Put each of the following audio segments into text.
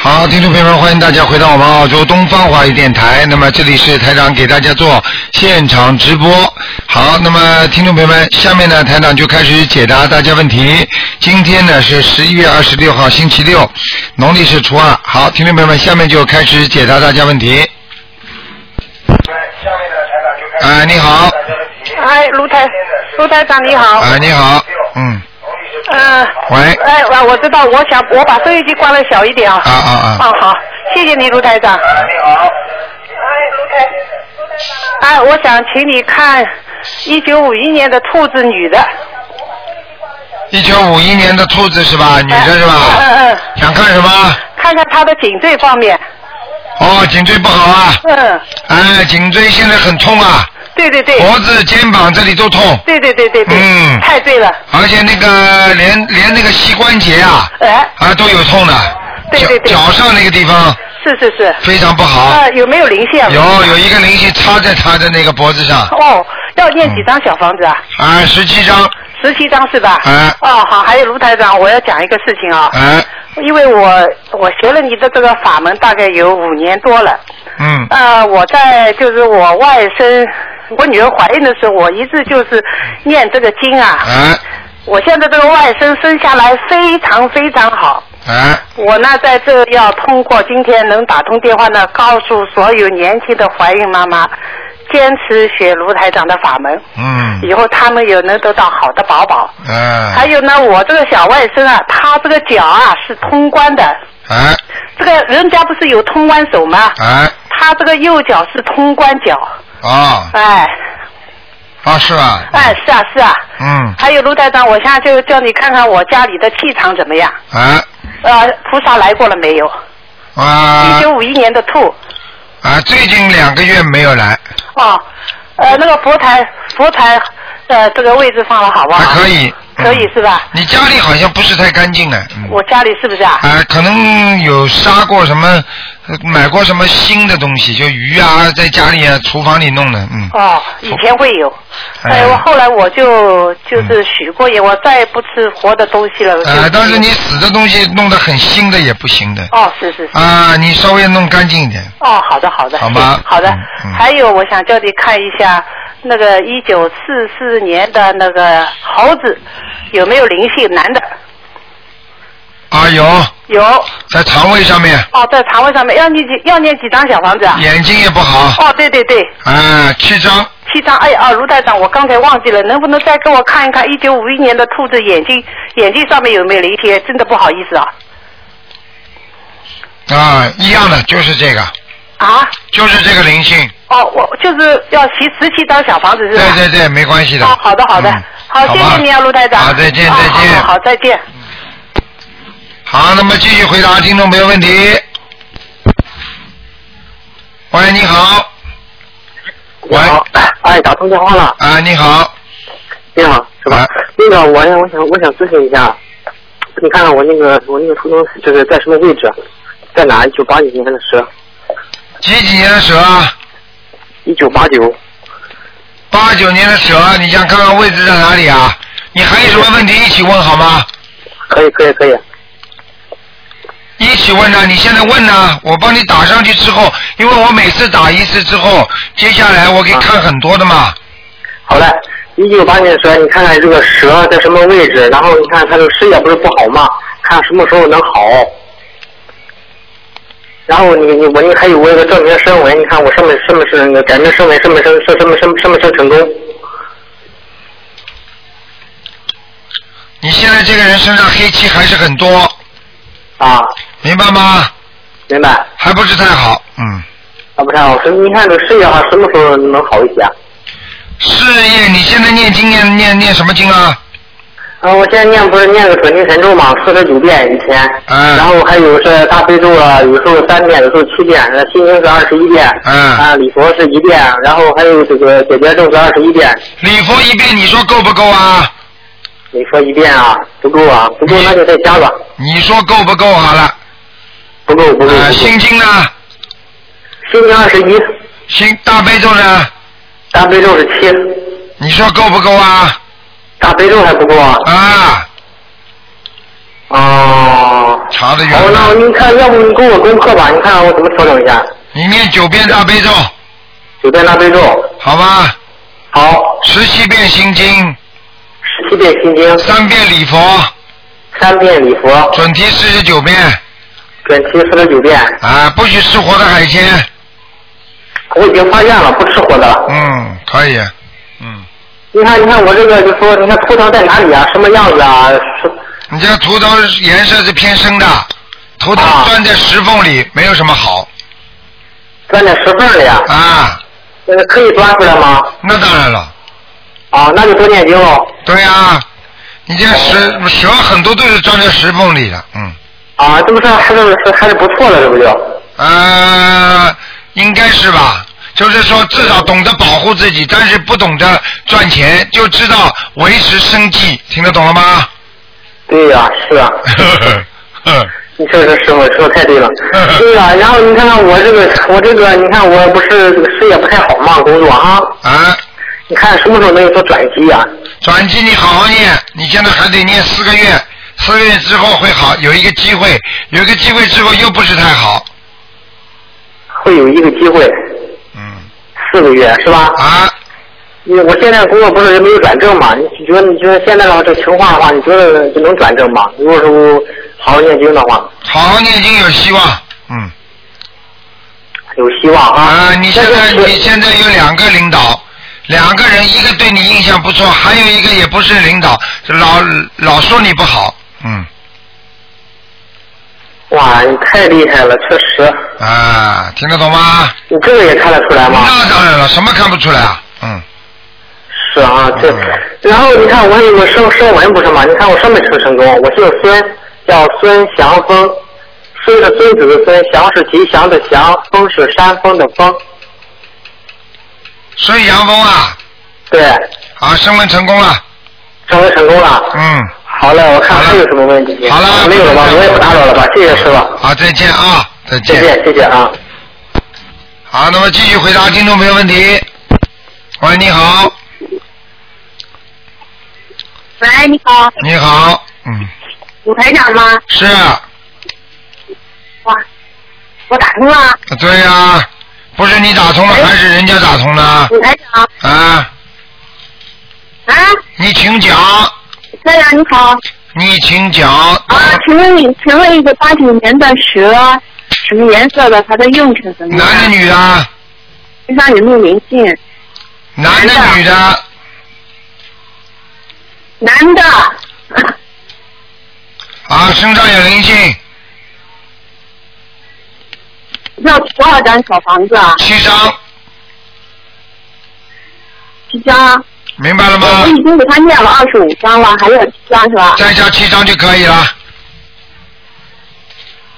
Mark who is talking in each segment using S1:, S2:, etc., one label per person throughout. S1: 好，听众朋友们，欢迎大家回到我们澳洲东方华语电台。那么这里是台长给大家做现场直播。好，那么听众朋友们，下面呢台长就开始解答大家问题。今天呢是十一月二十六号，星期六，农历是初二。好，听众朋友们，下面就开始解答大家问题。哎，你好，
S2: 哎，卢台，卢台长你好。
S1: 哎，你好，嗯，
S3: 呃
S2: 嗯、
S1: 喂，
S2: 哎，
S3: 啊
S2: 我我知道，我想我把收音机关了小一点啊。
S1: 啊啊啊，
S3: 嗯
S2: 哦，好，谢谢你，卢台
S3: 啊
S2: 长。哎，我想请你看一九五一年的兔子女的，
S1: 一九五一年的兔子是吧？女的是
S2: 嗯
S1: 吧？
S2: 嗯嗯，
S1: 想看什么？
S2: 看看她的颈椎方面，
S1: 哦，颈椎不好啊，
S2: 嗯，
S1: 哎，颈椎现在很痛啊，
S2: 对对对，
S1: 脖子、肩膀这里都痛，
S2: 对对对对对，
S1: 嗯
S2: 太对了，
S1: 而且那个连连那个膝关节啊
S2: 哎，
S1: 啊都有痛的，
S2: 对对对
S1: 脚脚上那个地方
S2: 是是是，
S1: 非常不好，
S2: 呃，有没有灵性啊？
S1: 有有一个灵性插在他的那个脖子上，
S2: 哦，要念几张小房子啊？
S1: 啊，十七张，
S2: 十七张是吧？
S1: 哎
S2: 哦，好，还有卢台长，我要讲一个事情啊，
S1: 哎，
S2: 因为我我学了你的这个法门大概有五年多了，
S1: 嗯，
S2: 呃，我在就是我外甥，我女儿怀孕的时候，我一直就是念这个经啊。
S1: 哎
S2: 我现在这个外甥生下来非常非常好，
S1: 哎，
S2: 我呢在这要通过今天能打通电话呢，告诉所有年轻的怀孕妈妈，坚持学卢台长的法门，
S1: 嗯，
S2: 以后他们有能得到好的宝宝。还
S1: 哎
S2: 有呢，我这个小外甥啊，他这个脚啊是通关的，
S1: 哎
S2: 这个人家不是有通关手吗？
S1: 哎，
S2: 他这个右脚是通关脚，
S1: 啊
S2: 哎
S1: 啊是吧？
S2: 哎，是啊是啊。
S1: 嗯，
S2: 还有卢台长，我现在就叫你看看我家里的气场怎么样，
S1: 哎
S2: 呃，菩萨来过了没有？一
S1: 啊
S2: 九五一年的兔，
S1: 啊，最近两个月没有来，
S2: 哦，呃，那个佛台佛台，呃，这个位置放的好不
S1: 还
S2: 好？
S1: 啊可，以，
S2: 可以
S1: 嗯
S2: 是吧？
S1: 你家里好像不是太干净呢，嗯。
S2: 我家里是不是啊？
S1: 啊、可能有杀过什么，呃买过什么新的东西，就鱼啊，在家里啊，厨房里弄的，嗯。
S2: 哦，以前会有，
S1: 哎
S2: 哎，我后来我就就是许过愿，我再也不吃活的东西了。我就
S1: 呃，但是你死的东西弄得很新的也不行的。
S2: 哦，是是是，
S1: 啊，你稍微弄干净一点。
S2: 哦，好的好的，
S1: 好吗
S2: 是好的
S1: 嗯嗯，
S2: 还有我想叫你看一下那个一九四四年的那个猴子有没有灵性，男的
S1: 啊，有
S2: 有
S1: 在肠胃上面，
S2: 哦，在肠胃上面要念几要念几张小房子啊？
S1: 眼睛也不好，
S2: 哦，对对对，
S1: 啊，七张，
S2: 七张。哎啊，卢台长，我刚才忘记了，能不能再给我看一看一九五一年的兔子眼睛眼睛上面有没有灵性？真的不好意思啊
S1: 啊，一样的，就是这个，
S2: 啊！
S1: 就是这个灵性。
S2: 哦，我就是要骑十七张小房子是吧？
S1: 对对对，没关系的。
S2: 哦，好的好的，
S1: 嗯
S2: 好，谢
S1: 吧
S2: 谢你啊，卢台长。
S1: 好，再见
S2: 哦
S1: 再
S2: 好
S1: 见。
S2: 好好，再见。
S1: 好，那么继续回答听众朋友问题。喂，你好，喂，
S4: 好，哎，打通电话了，
S1: 啊，你好，
S4: 你好，是吧？
S1: 啊
S4: 那个，我想，我想，我想咨询一下，你看看我那个，我那个图腾就是在什么位置，在哪？一九八九年的蛇，
S1: 几几年的蛇啊？
S4: 一九八九，
S1: 八九年的蛇，啊你想看看位置在哪里啊？你还有什么问题一起问好吗？
S4: 可以，可以，可以，
S1: 一起问啊呢、你现在问呢、我帮你打上去之后，因为我每次打一次之后，接下来我可以
S4: 啊
S1: 看很多的嘛。
S4: 好嘞。一九八九年的蛇，你看看这个蛇在什么位置，然后你看它的事业不是不好嘛，看什么时候能好。然后你你我那还有我有个证明声纹，你看我上面上面是那个改名声纹，上面是是什么什么什么是成功？
S1: 你现在这个人身上黑气还是很多，
S4: 啊，
S1: 明白吗？
S4: 明白。
S1: 还不是太好，嗯。
S4: 啊，不是，我说你看这事业哈，什么时候能好一些？啊
S1: 事业，你现在念经念念念什么经啊？
S4: 啊，我现在念不是念个准提神咒嘛，四十九遍一天，
S1: 嗯
S4: 然后还有是大悲咒啊，有时候三遍，有时候七遍，那心经是二十一遍，
S1: 嗯
S4: 啊，礼佛是一遍，然后还有这个解决咒是二十一遍，
S1: 礼佛一遍，你说够不够啊？
S4: 你说一遍啊，不够啊，不够那就再加吧，
S1: 你说够不够好了？
S4: 不够不够，不够
S1: 呃，心经呢？
S4: 心经二十一，
S1: 心大悲咒呢？
S4: 大悲咒是七，
S1: 你说够不够啊？
S4: 大悲咒还不够啊，
S1: 啊，
S4: 哦，
S1: 查的
S5: 好，
S1: 远
S5: 那
S1: 了。
S5: 您看，要不你给我功课吧，你看看我怎么调整一下。
S1: 你念九遍大悲咒，
S5: 九遍大悲咒，
S1: 好吧？
S5: 好，
S1: 十七遍心经，
S5: 十七遍心经，
S1: 三遍礼佛，
S5: 三遍礼佛，
S1: 准提四十九遍
S5: 准提四十九遍。
S1: 啊，不许吃活的海鲜。
S5: 我已经发愿了，不吃活的了。
S1: 嗯，可以。嗯，
S5: 你看，你看我这个就说，你看图腾在哪里啊？什么样子啊？是
S1: 你这图腾颜色是偏深的，图腾
S5: 啊
S1: 钻在石缝里，没有什么好
S5: 钻在石缝里啊？
S1: 啊。
S5: 那个可以钻出来吗？
S1: 那当然了，
S5: 啊，那就多念经喽。哦
S1: 对呀、你这石蛇很多都是钻在石缝里的，嗯。
S5: 啊，这不是还是是还是不错的，这不就？
S1: 呃，应该是吧。就是说，至少懂得保护自己，但是不懂得赚钱，就知道维持生计，听得懂了吗？。
S5: 对呀、是啊，你确实师傅说的太对了对呀、然后你看看我这个我这个，你看我不是这个事业不太好嘛，工作啊，
S1: 啊，
S5: 你看什么时候能有所转机啊呀、
S1: 转机你好好念，你现在还得念四个月，四个月之后会好，有一个机会，有一个机会之后又不是太好，
S5: 会有一个机会，
S1: 嗯，
S5: 四个月是吧？
S1: 啊，
S5: 你我现在工作不是没有转正嘛？你觉得你觉得现在的话这情况的话，你觉得能转正吗？如果是我好好念经的话，
S1: 好好念经有希望，嗯，
S5: 有希望啊。
S1: 啊，你现在
S5: 但是
S1: 你现在有两个领导，两个人，一个对你印象不错，还有一个也不是领导，老老说你不好，嗯，
S5: 哇，你太厉害了，确实，
S1: 啊，听得懂吗？
S5: 你这个也看得出来吗？
S1: 那当然了，什么看不出来啊？嗯，
S5: 是啊，这，然后你看我有个生生文不是吗？你看我生没生成功？我姓孙，叫孙祥峰，孙是孙子的孙，祥是吉祥的祥，峰是山峰的峰。
S1: 孙杨峰啊，
S5: 对，
S1: 啊，升温成功了，
S5: 生文成功了。
S1: 嗯，
S5: 好嘞，我看
S1: 好了
S5: 还有什么问题？
S1: 好了
S5: 没有了吧？我也不打扰了吧？谢谢师傅，
S1: 好，再见啊，再
S5: 再
S1: 见。
S5: 见，谢谢啊。
S1: 好，那么继续回答听众朋友问题。喂，你好，
S3: 喂，你
S6: 啊
S3: 好，
S1: 你好，嗯，
S3: 鲁台长吗？
S1: 是，啊
S3: 哇，我打通了，
S1: 对呀、不是你打通
S3: 哎
S1: 了，还是人家打通了？
S3: 鲁台长
S1: 啊，
S3: 啊，
S1: 你请讲，
S3: 台长你好
S1: 你请讲。
S3: 啊，请问你，请问一个八九年的蛇，什么颜色的？它的用程怎么样？
S1: 男的啊女的？
S3: 身上有没有灵性？
S1: 男的女的？
S3: 男的，
S1: 啊，身上有灵性，
S3: 要多少张小房子啊？
S1: 七张，
S3: 七张，
S1: 明白了
S3: 我
S1: 吗？
S3: 已经给他念了二十五张了，还有七张是吧？
S1: 啊再加七张就可以了。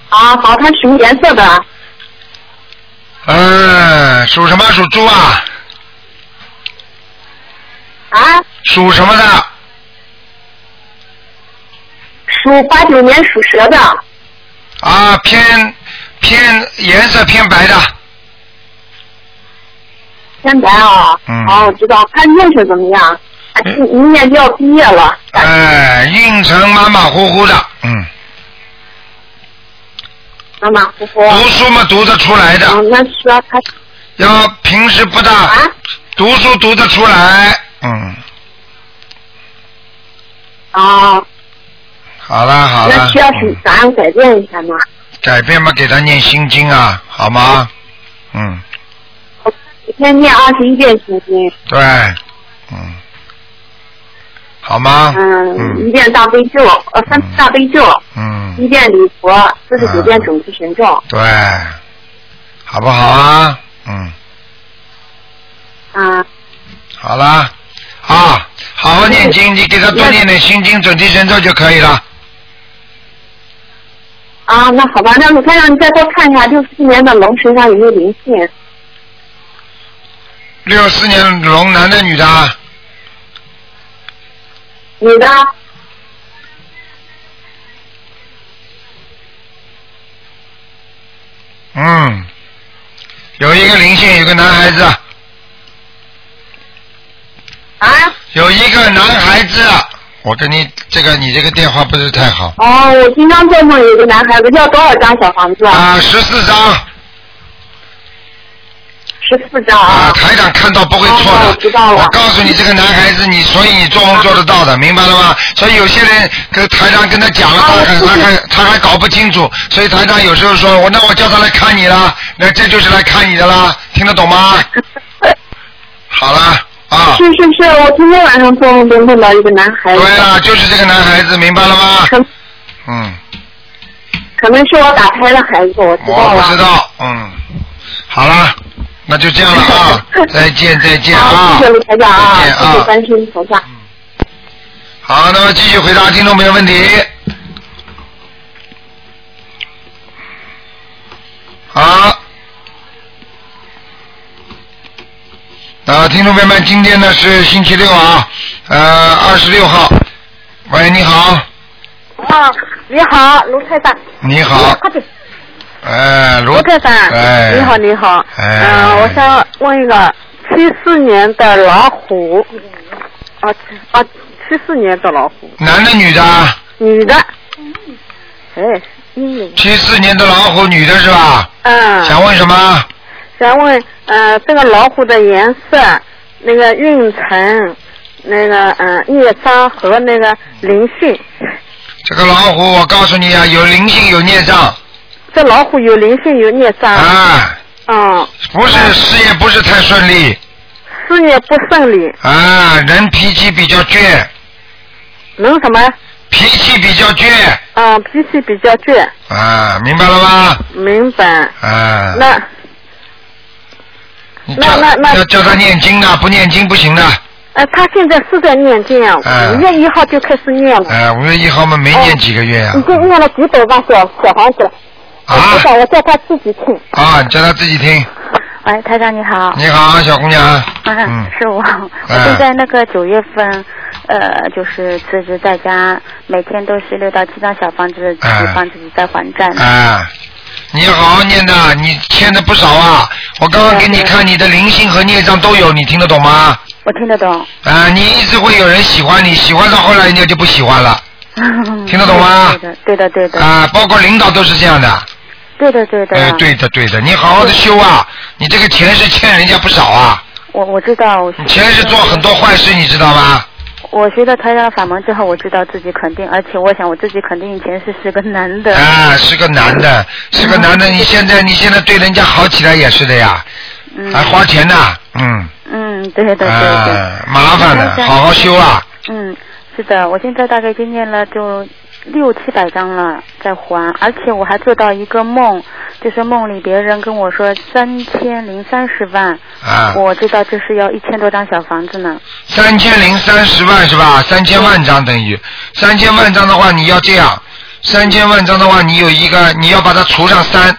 S3: 啊，好，它什么颜色的？
S1: 嗯，属什么？属猪啊？
S3: 啊，
S1: 属什么的？
S3: 属八九年属蛇的，
S1: 啊，偏偏颜色偏白的。
S3: 天白啊。
S1: 嗯
S3: 哦，我知道，看运程怎么样？啊，今明年就要毕业了。
S1: 哎，运程马马虎虎的，嗯，
S3: 马马虎虎。
S1: 读书嘛读得出来的，
S3: 嗯，那需要他
S1: 要平时不大
S3: 啊
S1: 读书读得出来，嗯，
S3: 哦，
S1: 好啦好
S3: 那
S1: 啦
S3: 需，要是
S1: 嗯
S3: 咋样改变一下吗？
S1: 改变嘛，给他念心经啊，好吗？嗯，
S3: 我每天念二十一遍心经，
S1: 对，嗯，好吗？
S3: 嗯，一
S1: 嗯
S3: 遍大悲咒，呃，三
S1: 嗯
S3: 大悲咒，一
S1: 嗯，
S3: 遍礼佛，四十九
S1: 嗯
S3: 遍种子神咒。
S1: 对，好不好啊？嗯，
S3: 嗯，
S1: 好啦，啊，好好念经，你给他多念点心经、准提神咒就可以了。
S3: 啊，那好吧，那鲁先生，你再多看一下六四年的龙身上有没有灵性？
S1: 六四年龙，男的女的啊？
S3: 女的，啊
S1: 嗯，有一个灵性，有个男孩子，
S3: 啊，
S7: 啊
S1: 有一个男孩子，我跟你这个你这个电话不是太好
S7: 哦，我经常做梦有个男孩子，要多少张小房子啊？
S1: 啊，十四张
S7: 十四张
S1: 啊，
S7: 啊。
S1: 台长看到不会错
S7: 哦
S1: 的。
S7: 我知道了
S1: 我告诉你，这个男孩子你，所以你做梦做得到的，明白了吗？所以有些人跟台长跟他讲了，
S7: 啊
S1: 他还
S7: 我知道
S1: 他还他还搞不清楚，所以台长有时候说，我那我叫他来看你啦，那这就是来看你的啦，听得 懂吗？好了啊，
S7: 是是是，我今天晚上做梦中梦到一个男孩子，
S1: 对了，啊就是这个男孩子，明白了吗？
S7: 可
S1: 啊嗯。
S7: 可能是我打胎的孩子，我知道
S1: 我
S7: 了。
S1: 不知道，嗯，好了，那就这样了 啊，再见再见
S7: 好，
S1: 啊
S7: 谢谢，卢台长啊，
S1: 再见
S7: 谢谢
S1: 啊，
S7: 观世音菩萨。
S1: 好，那么继续回答听众朋友问题。好，啊，听众朋友们，今天呢是星期六啊，呃，二十六号。喂，你好，
S8: 啊，你好，卢太太。
S1: 你
S8: 哎
S1: 好
S8: 呀，快点，
S1: 哎，卢
S8: 卢太太。
S1: 哎，
S8: 你好，你好。
S1: 哎
S8: 嗯，我想问一个七四年的老虎，啊七啊，七四年的老虎，
S1: 男的女的啊？
S8: 女的。哎，英语。
S1: 七四年的老虎，女的是吧？
S8: 嗯。
S1: 想问什么？
S8: 想问，呃，这个老虎的颜色、那个运程、那个嗯业障和那个灵性，
S1: 这个老虎，我告诉你啊，有灵性，有孽障
S8: 这老虎有灵性有业障。。
S1: 啊，
S8: 嗯，
S1: 不是事业不是太顺利
S8: 事业不顺利，
S1: 啊，人脾气比较倔，
S8: 能什么？
S1: 脾气比较倔
S8: 啊，脾气比较倔，
S1: 啊，明白了吗？
S8: 明白。
S1: 啊，
S8: 那
S1: 你
S8: 那
S1: 叫
S8: 那那
S1: 要叫他念经啊的，不念经不行的。
S8: 呃，他现在是在念经啊，
S1: 嗯
S8: 五月一号就开始念了，
S1: 哎、五月一号嘛，没念几个哎月呀、
S8: 已经念了几百万小小房子了。
S1: 啊
S8: 我想我叫他自己听。
S1: 啊你叫他自己听。
S9: 喂，哎台长你好，
S1: 你好，啊小姑娘。
S9: 嗯
S1: 嗯，
S9: 是我，我
S1: 嗯
S9: 是在那个九月份，呃，就是辞职在家，每天都是六到七张小房子，自己
S1: 嗯
S9: 帮自己在还债呢。
S1: 啊，你要好好念的，你欠的不少啊！我刚
S8: 嗯
S1: 刚给你看你的灵性和孽障都有，你听得懂吗？
S9: 我听得懂，
S1: 啊，你一直会有人喜欢你，喜欢到后来人家就不喜欢了。听
S9: 听
S1: 得懂吗
S9: 对的，对的，对的，
S1: 啊，包括领导都是这样的。
S9: 对的，对啊
S1: 哎，
S9: 的。
S1: 对的对的，你好好的修啊！你这个前世欠人家不少啊，
S9: 我我知道，我
S1: 你前世做很多坏事，你知道吗？
S9: 我学了台长的法门之后，我知道自己肯定，而且我想我自己肯定以前是是个男的。
S1: 啊，是个男的，是个男的，你现在你现在对人家好起来也是的呀，
S9: 嗯
S1: 还花钱呢，嗯，
S9: 嗯，对的，对的。
S1: 啊，麻烦
S9: 我
S1: 的，
S9: 想
S1: 好好修啊。
S9: 嗯，是的，我现在大概已经念了就六七百张了，在还，而且我还做到一个梦，就是梦里别人跟我说三千零三十万，
S1: 啊，
S9: 我知道这是要一千多张小房子呢。
S1: 三千零三十万是吧？三千万张等于三千万张的话，你要这样，三千万张的话，你有一个，你要把它除上三，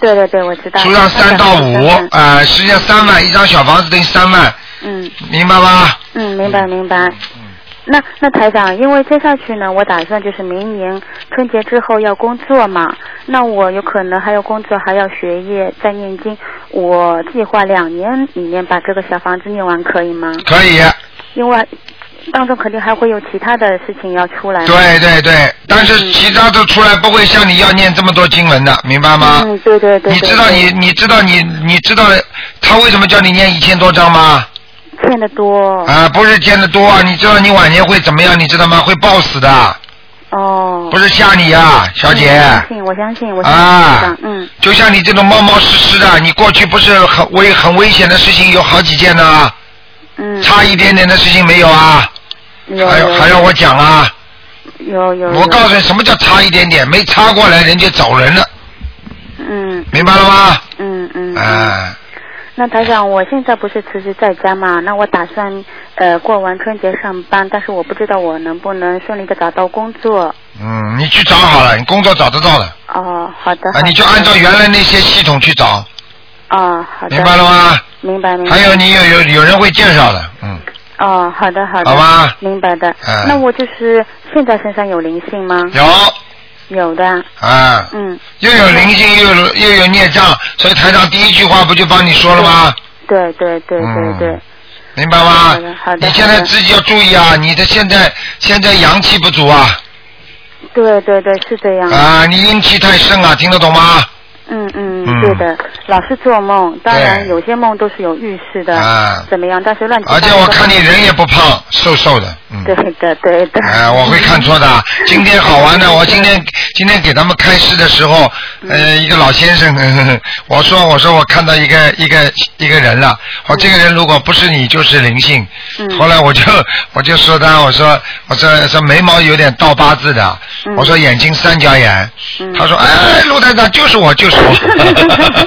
S9: 对对对，我知道。
S1: 除上三到五，
S9: 300
S1: 啊，实际上三万一张小房子等于三万，
S9: 嗯
S1: 明白吗？
S9: 嗯，明白明白。
S1: 嗯
S9: 那那台长，因为接下去呢，我打算就是明年春节之后要工作嘛，那我有可能还要工作，还要学业，再念经。我计划两年里面把这个小房子念完，可以吗？
S1: 可以，
S9: 因为当中肯定还会有其他的事情要出来。
S1: 对对对，但
S9: 嗯
S1: 是其他的出来不会像你要念这么多经文的，明白吗？
S9: 嗯，对对对对。
S1: 你知道你你知道你你知道他为什么叫你念一千多章吗？
S9: 欠的多。
S1: 啊，不是见的多啊，你知道你晚年会怎么样？你知道吗？会暴死的。
S9: 哦。
S1: 不是吓你呀、啊小姐。
S9: 嗯我相信，我相信，我相信。
S1: 啊
S9: 台长嗯，
S1: 就像你这种冒冒失失的，你过去不是很危很危险的事情有好几件呢、
S9: 嗯。
S1: 差一点点的事情没有啊？
S9: 有
S1: 还
S9: 有
S1: 还要我讲啊？
S9: 有有。
S1: 我告诉你，什么叫差一点点？没差过来人就走人了，
S9: 嗯
S1: 明白了吗？
S9: 嗯嗯。嗯
S1: 啊，
S9: 那台长，我现在不是辞职在家嘛？那我打算呃过完春节上班，但是我不知道我能不能顺利的找到工作。
S1: 嗯，你去找好了，你工作找得到的
S9: 哦，好的。
S1: 啊，你就按照原来那些系统去找，
S9: 哦，好的。
S1: 明白了？吗？
S9: 明白明白。
S1: 还有你有有有人会介绍的，嗯，
S9: 哦，好的好的。
S1: 好吧
S9: 明白的。
S1: 嗯
S9: 那我就是现在身上有灵性吗？
S1: 有
S9: 有的。
S1: 啊，
S9: 嗯，
S1: 又有灵性又有又有孽障，所以台长第一句话不就帮你说了吗？
S9: 对对对对对。
S1: 嗯明白吗
S9: 好的好？的
S1: 你现在
S9: 好的
S1: 自己要注意啊，你的现在现在阳气不足啊，
S9: 对对对，是这样。
S1: 啊，你阴气太盛啊，听得懂吗？
S9: 嗯嗯
S1: 嗯，
S9: 对的，老是做梦，当然
S1: 对
S9: 有些梦都是有预示的
S1: 啊，
S9: 怎么样？但是乱七八
S1: 而
S9: 糟
S1: 且
S9: 的。
S1: 我看你人也不胖，瘦瘦的，嗯。
S9: 对的对的。
S1: 哎，我会看错 的。今天好玩的，我今天今天给他们开示的时候，
S9: 嗯
S1: 呃，一个老先生， 呵呵呵我说我说我看到一个一个一个人了，我这个人如果不是你就是灵性。
S9: 嗯
S1: 后来我就 我就说他，我说我说说眉毛有点倒八字的，
S9: 嗯
S1: 我说眼睛三角眼，
S9: 嗯
S1: 他说哎，陆台长就是我就是 我。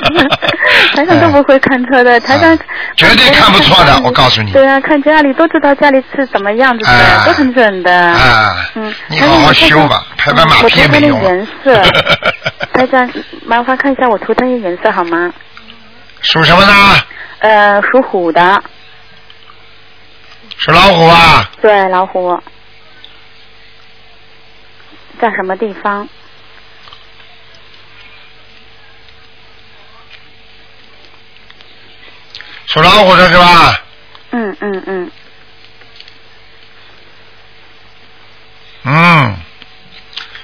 S9: 台上都不会看错的，台上、
S1: 嗯绝对看不错的我告诉你
S9: 对啊，看家里都知道家里是怎么样子的，
S1: 哎
S9: 都很准的。
S1: 啊
S9: 嗯，
S1: 你好好修吧，拍
S9: 台
S1: 拍
S9: 长
S1: 马
S9: 我
S1: 屁也
S9: 头
S1: 没
S9: 上的
S1: 用啊。
S9: 颜 色，台长，麻烦看一下我头上的颜色好吗？
S1: 属什么呢？
S9: 呃，属虎
S1: 啊
S9: 的，
S1: 属老虎啊，
S9: 对，老虎，在什么地方？
S1: 属老虎的是吧？
S9: 嗯嗯嗯，
S1: 嗯，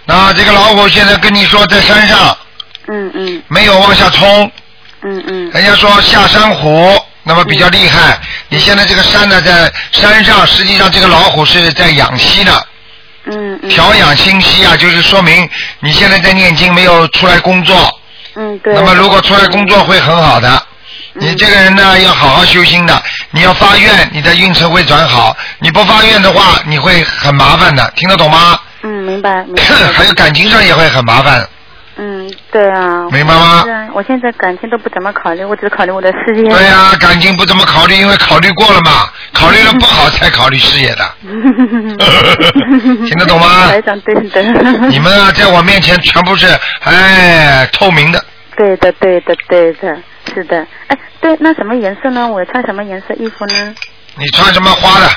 S1: 那这个老虎现在跟你说在山上
S9: 嗯嗯
S1: 没有往下冲，
S9: 嗯嗯，
S1: 人家说下山虎，那么比较厉害。你现在这个山呢，在山上，实际上这个老虎是在养息的，
S9: 嗯嗯，
S1: 调养心息啊，就是说明你现在在念经，没有出来工作。
S9: 嗯对。
S1: 那么如果出来工作会很好的。
S9: 嗯
S1: 你这个人呢，要好好修心的。你要发愿，你的运程会转好；你不发愿的话，你会很麻烦的。听得懂吗？
S9: 嗯，明白明白。
S1: 还有感情上也会很麻烦，
S9: 嗯，对啊。
S1: 明白吗
S9: 是？啊，我现在感情都不怎么考虑，我只考虑我的事业。
S1: 对呀、啊 感情不怎么考虑，因为考虑过了嘛，考虑了不好才考虑事业 的。听得懂吗
S9: 台长，对的。
S1: 你们啊，在我面前全部是哎透明的，
S9: 对的，对的，对的，是的。哎，对，那什么颜色呢？我穿什么颜色衣服呢？
S1: 你穿什么花的？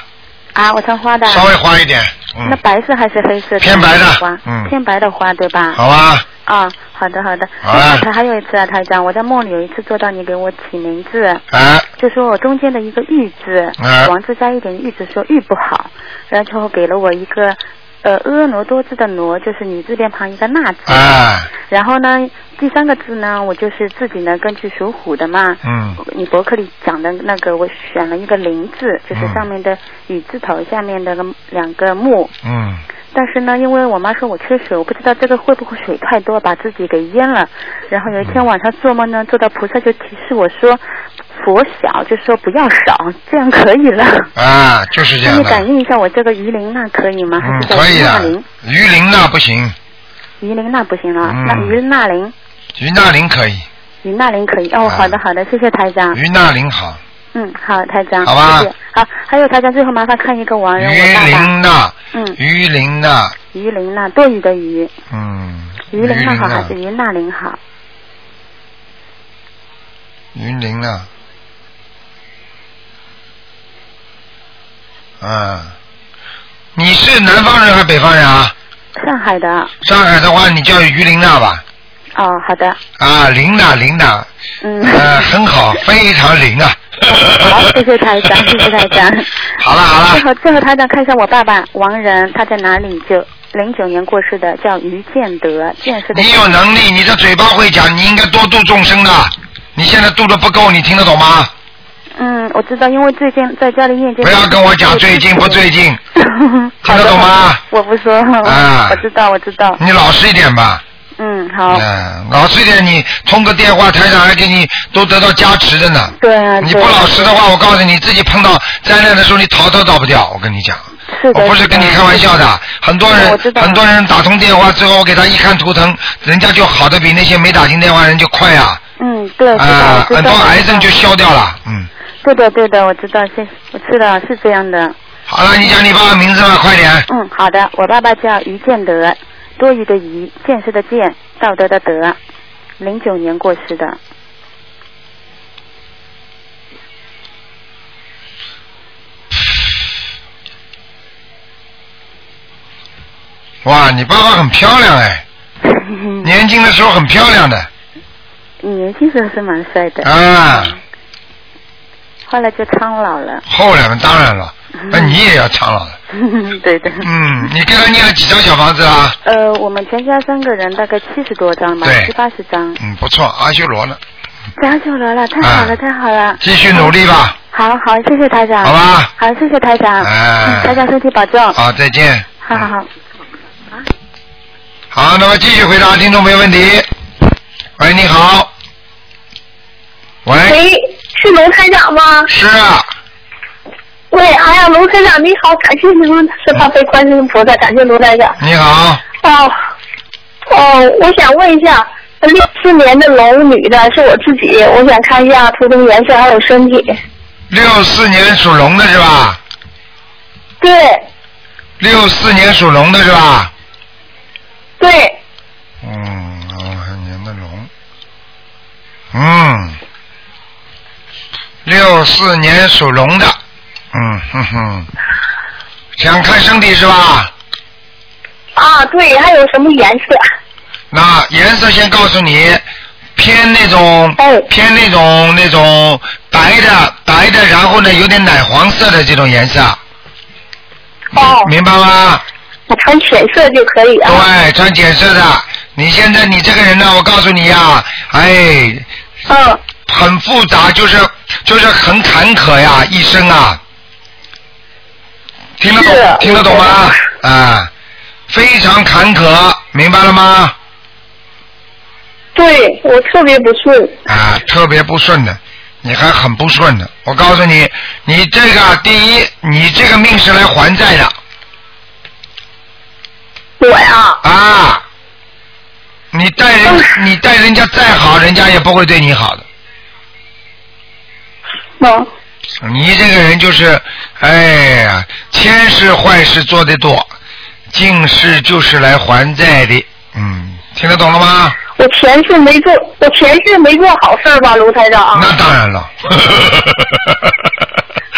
S9: 啊，我穿花的啊。
S1: 稍微花一点，
S9: 那
S1: 嗯，
S9: 白色还是黑色？
S1: 偏白的
S9: 花，
S1: 嗯
S9: 偏白的花，对吧？
S1: 好吧，
S9: 啊，好的好的。
S1: 好了
S9: 他还有一次啊，台长，我在梦里有一次做到你给我起名字，
S1: 哎，
S9: 就说我中间的一个玉字，
S1: 嗯
S9: 王字加一点玉字，说玉不好，然后之后给了我一个呃婀娜多姿的挪，就是女字边旁一个娜字。
S1: 哎，
S9: 然后呢，第三个字呢，我就是自己呢，根据属虎的嘛，
S1: 嗯，
S9: 你博客里讲的那个，我选了一个林字，就是
S1: 嗯
S9: 上面的雨字头，下面的个两个木。
S1: 嗯，
S9: 但是呢，因为我妈说我缺水，我不知道这个会不会水太多把自己给淹了。然后有一天晚上做梦呢，做到菩萨就提示我说，佛小就说不要少，这样可以了。
S1: 啊，就是这
S9: 那
S1: 样
S9: 你
S1: 的，
S9: 感应一下我这个鱼鳞那可以吗？还
S1: 嗯，
S9: 是叫
S1: 可以
S9: 鱼纳
S1: 的
S9: 鳞？。
S1: 鱼鳞那不行，
S9: 鱼鳞那不行了，
S1: 嗯
S9: 那鱼纳鳞，
S1: 于那林可以，
S9: 鱼纳鳞可以。哦，
S1: 啊
S9: 好的好的，谢谢台长。
S1: 于那林好，
S9: 嗯，好，台长，
S1: 好吧
S9: 谢谢。好，还有台长，最后麻烦看一个亡
S1: 于
S9: 人，哎我爸爸。
S1: 林那，
S9: 嗯，
S1: 于林那，
S9: 鱼鳞那多余的鱼，
S1: 嗯，
S9: 鱼鳞那好还
S1: 于
S9: 是鱼纳鳞好？
S1: 云林呢？啊，你是南方人还是北方人啊？
S9: 上海的。
S1: 上海的话，你叫于林娜吧？
S9: 哦，好的。
S1: 啊，林娜，林娜，
S9: 嗯，
S1: 呃，很好，非常灵啊！
S9: 好，谢谢台长，谢谢台长。
S1: 好了好
S9: 最
S1: 了，
S9: 后，最后台长看一下我爸爸王仁，他在哪里？就零九年过世的，叫于建德，建是个
S1: 你有能力，你的嘴巴会讲，你应该多度众生的。你现在度的不够，你听得懂吗？
S9: 嗯，我知道，因为最近在家里念经。
S1: 不要跟我讲最近不最近，听得懂吗？
S9: 我不说，
S1: 啊
S9: 我知道，我知道。
S1: 你老实一点吧。
S9: 嗯，好，
S1: 嗯，老实一点，你通个电话，台长还给你都得到加持的呢。
S9: 对啊，
S1: 你
S9: 对
S1: 不老实的话，我告诉你，自己碰到灾难的时候，你逃都逃不掉。我跟你讲，
S9: 是的，
S1: 我不是跟你开玩笑
S9: 是
S1: 的。很多
S9: 嗯
S1: 人
S9: 我知，道
S1: 很多人打通电话之后，我给他一看图腾，人家就好的比那些没打进电话人就快啊。
S9: 嗯，对，知道，
S1: 啊，
S9: 我
S1: 很
S9: 知道
S1: 多癌症就消掉了。嗯，
S9: 对的，对的，我知道，谢谢，我知道是这样的。
S1: 好了，你讲你爸爸名字吧，快点。
S9: 嗯，好的，我爸爸叫于建德，多余的余，建设的建，道德的德，零九年过世的。
S1: 哇，你爸爸很漂亮哎，
S9: 你
S1: 年轻的时候很漂亮的
S9: 嗯年轻时候是蛮帅的，
S1: 啊。
S9: 后来就苍老了。
S1: 后来嘛，当然了，那你也要苍老了。
S9: 对的。
S1: 嗯，你给他念了几张小房子啊？
S9: 呃，我们全家三个人大概七十多张吧
S1: 对，
S9: 七八十张。
S1: 嗯，不错，阿修罗呢？
S9: 张秀罗了，太好了，太好了。
S1: 啊继续努力吧。
S9: 好好，谢谢台长。
S1: 好吧。
S9: 好，谢谢台长。
S1: 哎
S9: 嗯台长身体保重。
S1: 好，啊再见。
S9: 好好好。
S1: 好，那么继续回答听众朋友问题。喂，你好。喂，
S3: 喂，是龙台长吗？
S1: 是啊，
S3: 喂，哎呀，龙台长你好，感谢您，是大悲观世音菩萨，感谢龙台长。
S1: 你好，
S3: 哦，哦，我想问一下，六四年的龙女的是我自己，我想看一
S6: 啊
S3: 下图腾颜色还有身体。
S1: 六四年属龙的是吧？
S3: 对
S1: 六四年属龙的是吧？
S3: 对，
S1: 嗯，哦，还年的龙。嗯，六四年属龙的，嗯哼哼，想看身体是吧？
S3: 啊对，还有什么颜色？
S1: 那颜色先告诉你，偏那种
S3: 哎
S1: 偏那种那种白的白的，然后呢有点奶黄色的这种颜色，
S3: 哦，
S1: 明白吗？
S3: 我穿浅色就可以啊。
S1: 对，穿浅色的。你现在你这个人呢，我告诉你呀、哎，
S3: 嗯，
S1: 很复杂，就是就是很坎坷呀，一生啊，听得懂
S3: 是
S1: 听得懂吗？啊，非常坎坷，明白了吗？
S3: 对我特别不顺。
S1: 啊，特别不顺的，你还很不顺的。我告诉你，你这个第一，你这个命是来还债的
S3: 我呀，
S1: 啊。你待人，你待人家再好，人家也不会对你好的。
S3: 嗯，
S1: 你这个人就是，哎呀，千事坏事做得多，尽事就是来还债的。嗯，听得懂了 吗？
S3: 我前世没做，我前世没做好事儿吧，卢台长？
S1: 那当然了。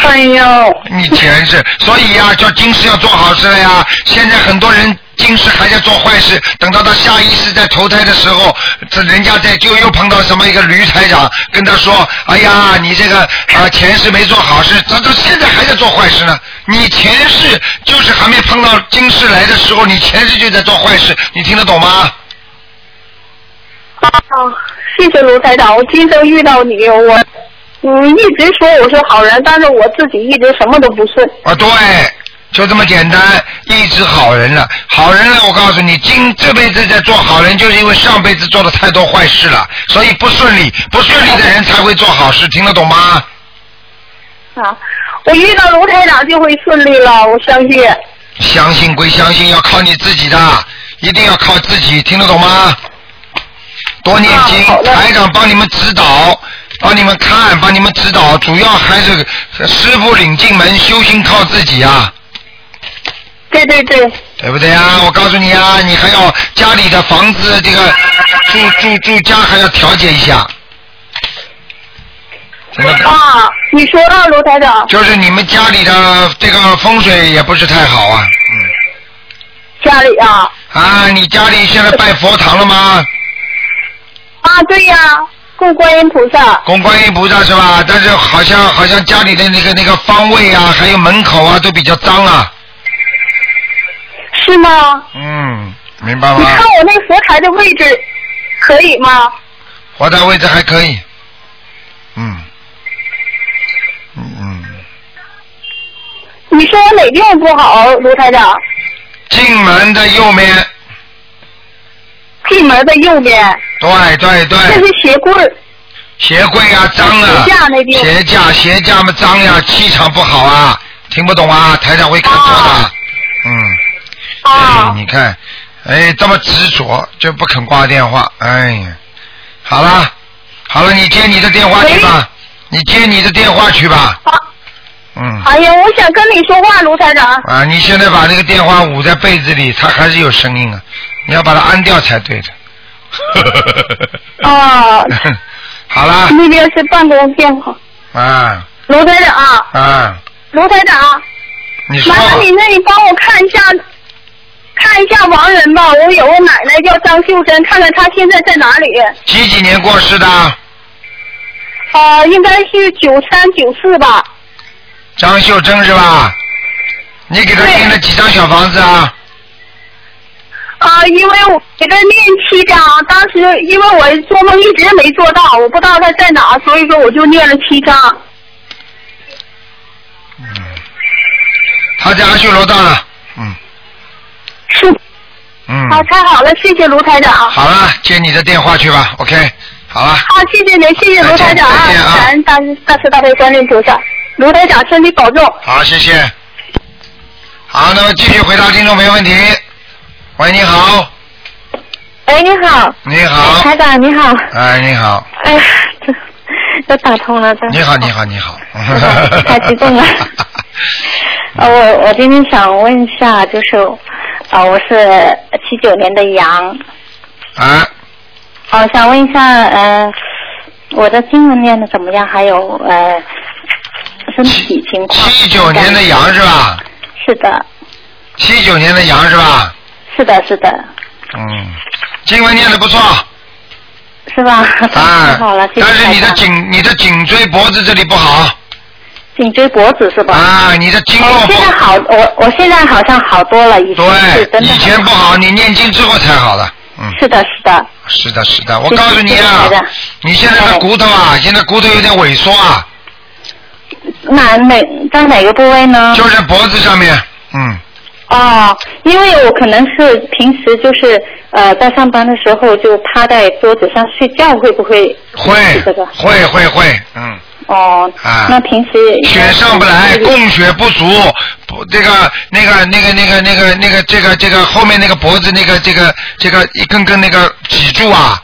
S3: 哎呦，
S1: 你前世，所以呀、叫今世要做好事了呀。现在很多人今世还在做坏事，等到他下一世再投胎的时候，这人家在就又碰到什么一个驴台长跟他说：“哎呀，你这个啊、前世没做好事，这这现在还在做坏事呢。你前世就是还没碰到今世来的时候，你前世就在做坏事，你听得懂吗？
S3: 啊，谢谢卢台长，我今生遇到你，我你一直说我是好人，但是我自己一直什么都不顺。
S1: 啊，对，就这么简单，一直好人了，好人了，我告诉你，今这辈子在做好人，就是因为上辈子做了太多坏事了，所以不顺利，不顺利的人才会做好事，听得懂吗？
S3: 啊，我遇到卢台长就会顺利了，我相信。
S1: 相信归相信，要靠你自己的，一定要靠自己，听得懂吗？多念经，
S3: 啊好的
S1: 台长帮你们指导，帮你们看，帮你们指导，主要还是师傅领进门，修行靠自己啊。
S3: 对对对，
S1: 对不对啊？我告诉你啊，你还要家里的房子这个住住住家还要调节一下，听得懂？
S3: 啊，你说啊，卢台长，
S1: 就是你们家里的这个风水也不是太好啊，
S3: 家里啊，
S1: 嗯啊，你家里现在拜佛堂了吗？
S3: 啊对呀，供观音菩萨，
S1: 供观音菩萨是吧？但是好像好像家里的那个那个方位啊，还有门口啊，都比较脏啊。
S3: 是吗？
S1: 嗯，明白
S3: 你
S1: 吗
S3: 看？我那佛台的位置可以吗？
S1: 佛台位置还可以，嗯，嗯嗯。
S3: 你说我哪地方不好，卢台长？
S1: 进门的右面，
S3: 进门的右边，
S1: 对对
S3: 这
S1: 对，
S3: 是鞋柜儿。
S1: 鞋柜啊脏啊，
S3: 鞋架那边
S1: 鞋架鞋架嘛脏呀、气场不好啊，听不懂啊，台长会看错的，
S3: 啊
S1: 嗯，哎
S3: 啊，
S1: 你看，哎，这么执着就不肯挂电话，哎呀，好了，好了，你接你的电话去吧，你接你的电话去吧，
S3: 啊，
S1: 嗯，
S3: 哎呀，我想跟你说话，卢台长。
S1: 啊，你现在把那个电话捂在被子里，它还是有声音啊，你要把它按掉才 对的。
S10: 哦
S3: 啊，
S1: 好啦，
S3: 那边是办公电话。
S1: 啊
S3: 卢台长，
S1: 啊，
S3: 卢台长，
S1: 你说
S3: 麻烦你那里帮我看一下，看一下亡人吧。我有个奶奶叫张秀珍，看看她现在在哪里。
S1: 几几年过世的？
S3: 哦，
S11: 呃，应该是九三九四吧。
S1: 张秀珍是吧？你给他订了几张小房子啊？
S11: 啊，因为我给他念七张，当时因为我做梦一直没做到，我不知道他在哪，所以说我就念了七张。
S1: 他在阿修罗道了，嗯
S11: 是，
S1: 嗯。
S11: 好，太好了，谢谢卢台长。好，
S1: 好了，接你的电话去吧，OK，好了，
S11: 谢谢您，谢谢卢台长
S1: 再见再见啊
S11: 感恩大大慈大悲观世音菩萨，卢台长身体保重。
S1: 好，谢谢。好，那么继续回答听众朋友问题。喂，你好，
S6: 哎，你好，
S1: 你好，
S6: 台长你好，
S1: 哎，你好，
S6: 哎呀，这这打通了，这
S1: 你
S11: 嗯
S1: 好，你好，你好，
S6: 太激动了。呃，我我今天想问一下，就是，呃，我是七九年的羊，
S1: 啊，
S6: 哦、想问一下，呃，我的经文念的怎么样？还有呃，身体情况。
S1: 七九年的羊是？吧？
S6: 是的，
S1: 七九年的羊是吧？
S6: 是的，是的，
S1: 嗯，经文念的不错
S6: 是吧？
S1: 啊
S6: 太 好了，，谢谢
S1: 但是你的
S6: 台长
S1: 颈、你的颈椎、脖子这里不好
S6: 颈椎脖子是吧？
S1: 啊，你的经络
S6: 我
S1: 不
S6: 哎现在好，我我现在好像好多了，以前是
S1: 对，
S6: 真的
S1: 以前不好，你念经之后才好的。嗯，
S6: 是的，是的，
S1: 是的，是的，我
S6: 谢谢
S1: 告诉你啊
S6: 谢谢台长，哎
S1: 你现在的骨头啊，现在骨头有点萎缩啊，
S6: 哪哪在哪个部位呢？
S1: 就在脖子上面。嗯，
S6: 哦，因为我可能是平时就是呃在上班的时候就趴在桌子上睡觉，会不会？
S1: 会
S6: 是这个，
S1: 会，会，会，嗯，
S6: 哦，
S1: 啊
S6: 那平时应该
S1: 血上不来，供血不足，不，这个，那个，那个，那个，那个，那个，这个，这个后面那个脖子那个，这个，这个一根根那个脊柱啊，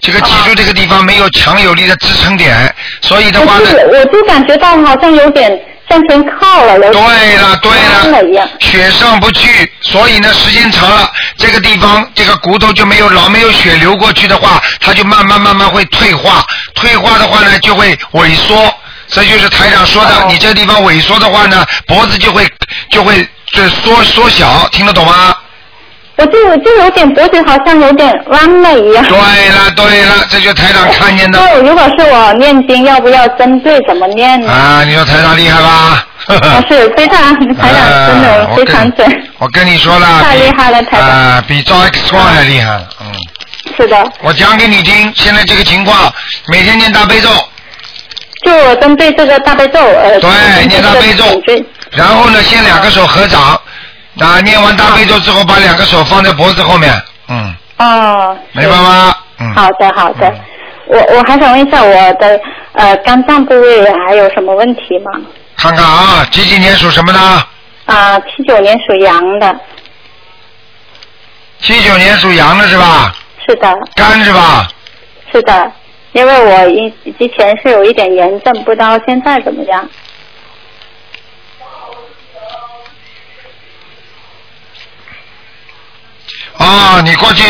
S1: 这个脊
S6: 哦
S1: 柱这个地方没有强有力的支撑点，所以的话
S6: 我
S1: 呢
S6: 啊就，我就感觉到好像有点向前靠了，有点
S1: 对了啊对
S6: 弯了一样
S1: 了，。血上不去，所以呢，时间长了，这个地方这个骨头就没有老没有血流过去的话，它就慢慢慢慢会退化，退化的话呢就会萎缩，这就是台长说的，
S6: 哦
S1: 你这地方萎缩的话呢，脖子就会就会这缩缩小，听得懂吗？
S6: 我就我就有点脖子好像有点弯了一样。
S1: 对了对了，这就台长看见的
S6: 那我如果是我念经，要不要针对怎么念呢？
S1: 啊，你说台长厉害吧？呵呵
S6: 啊，是非常台长真
S1: 啊
S6: 的非常
S1: 我
S6: 准
S1: 跟，我跟你说了，
S6: 太
S1: 比
S6: 厉害了台长
S1: 啊，比照 X 光还厉害了，嗯。
S6: 是的，
S1: 我讲给你听，现在这个情况，每天念大悲咒，
S6: 就我针对这个大悲咒，呃，
S1: 对，念
S6: 针
S1: 大
S6: 对
S1: 悲
S6: 这个颈
S1: 咒
S6: 椎，
S1: 然后呢，先两个手合掌，啊，念完大悲咒之后，把两个手放在脖子后面，嗯，
S6: 哦，
S1: 明白吗？嗯，
S6: 好的，好的
S1: 嗯。
S6: 我我还想问一下我的呃肝脏部位还有什么问题吗？
S1: 看看啊，几几年属什么呢？
S6: 啊，七九年属羊的，
S1: 七九年属羊的是吧？
S6: 是的，
S1: 肝是吧？
S6: 是的，因为我以之前是有一点炎症，不知道现在怎么样。
S1: 哦，你过去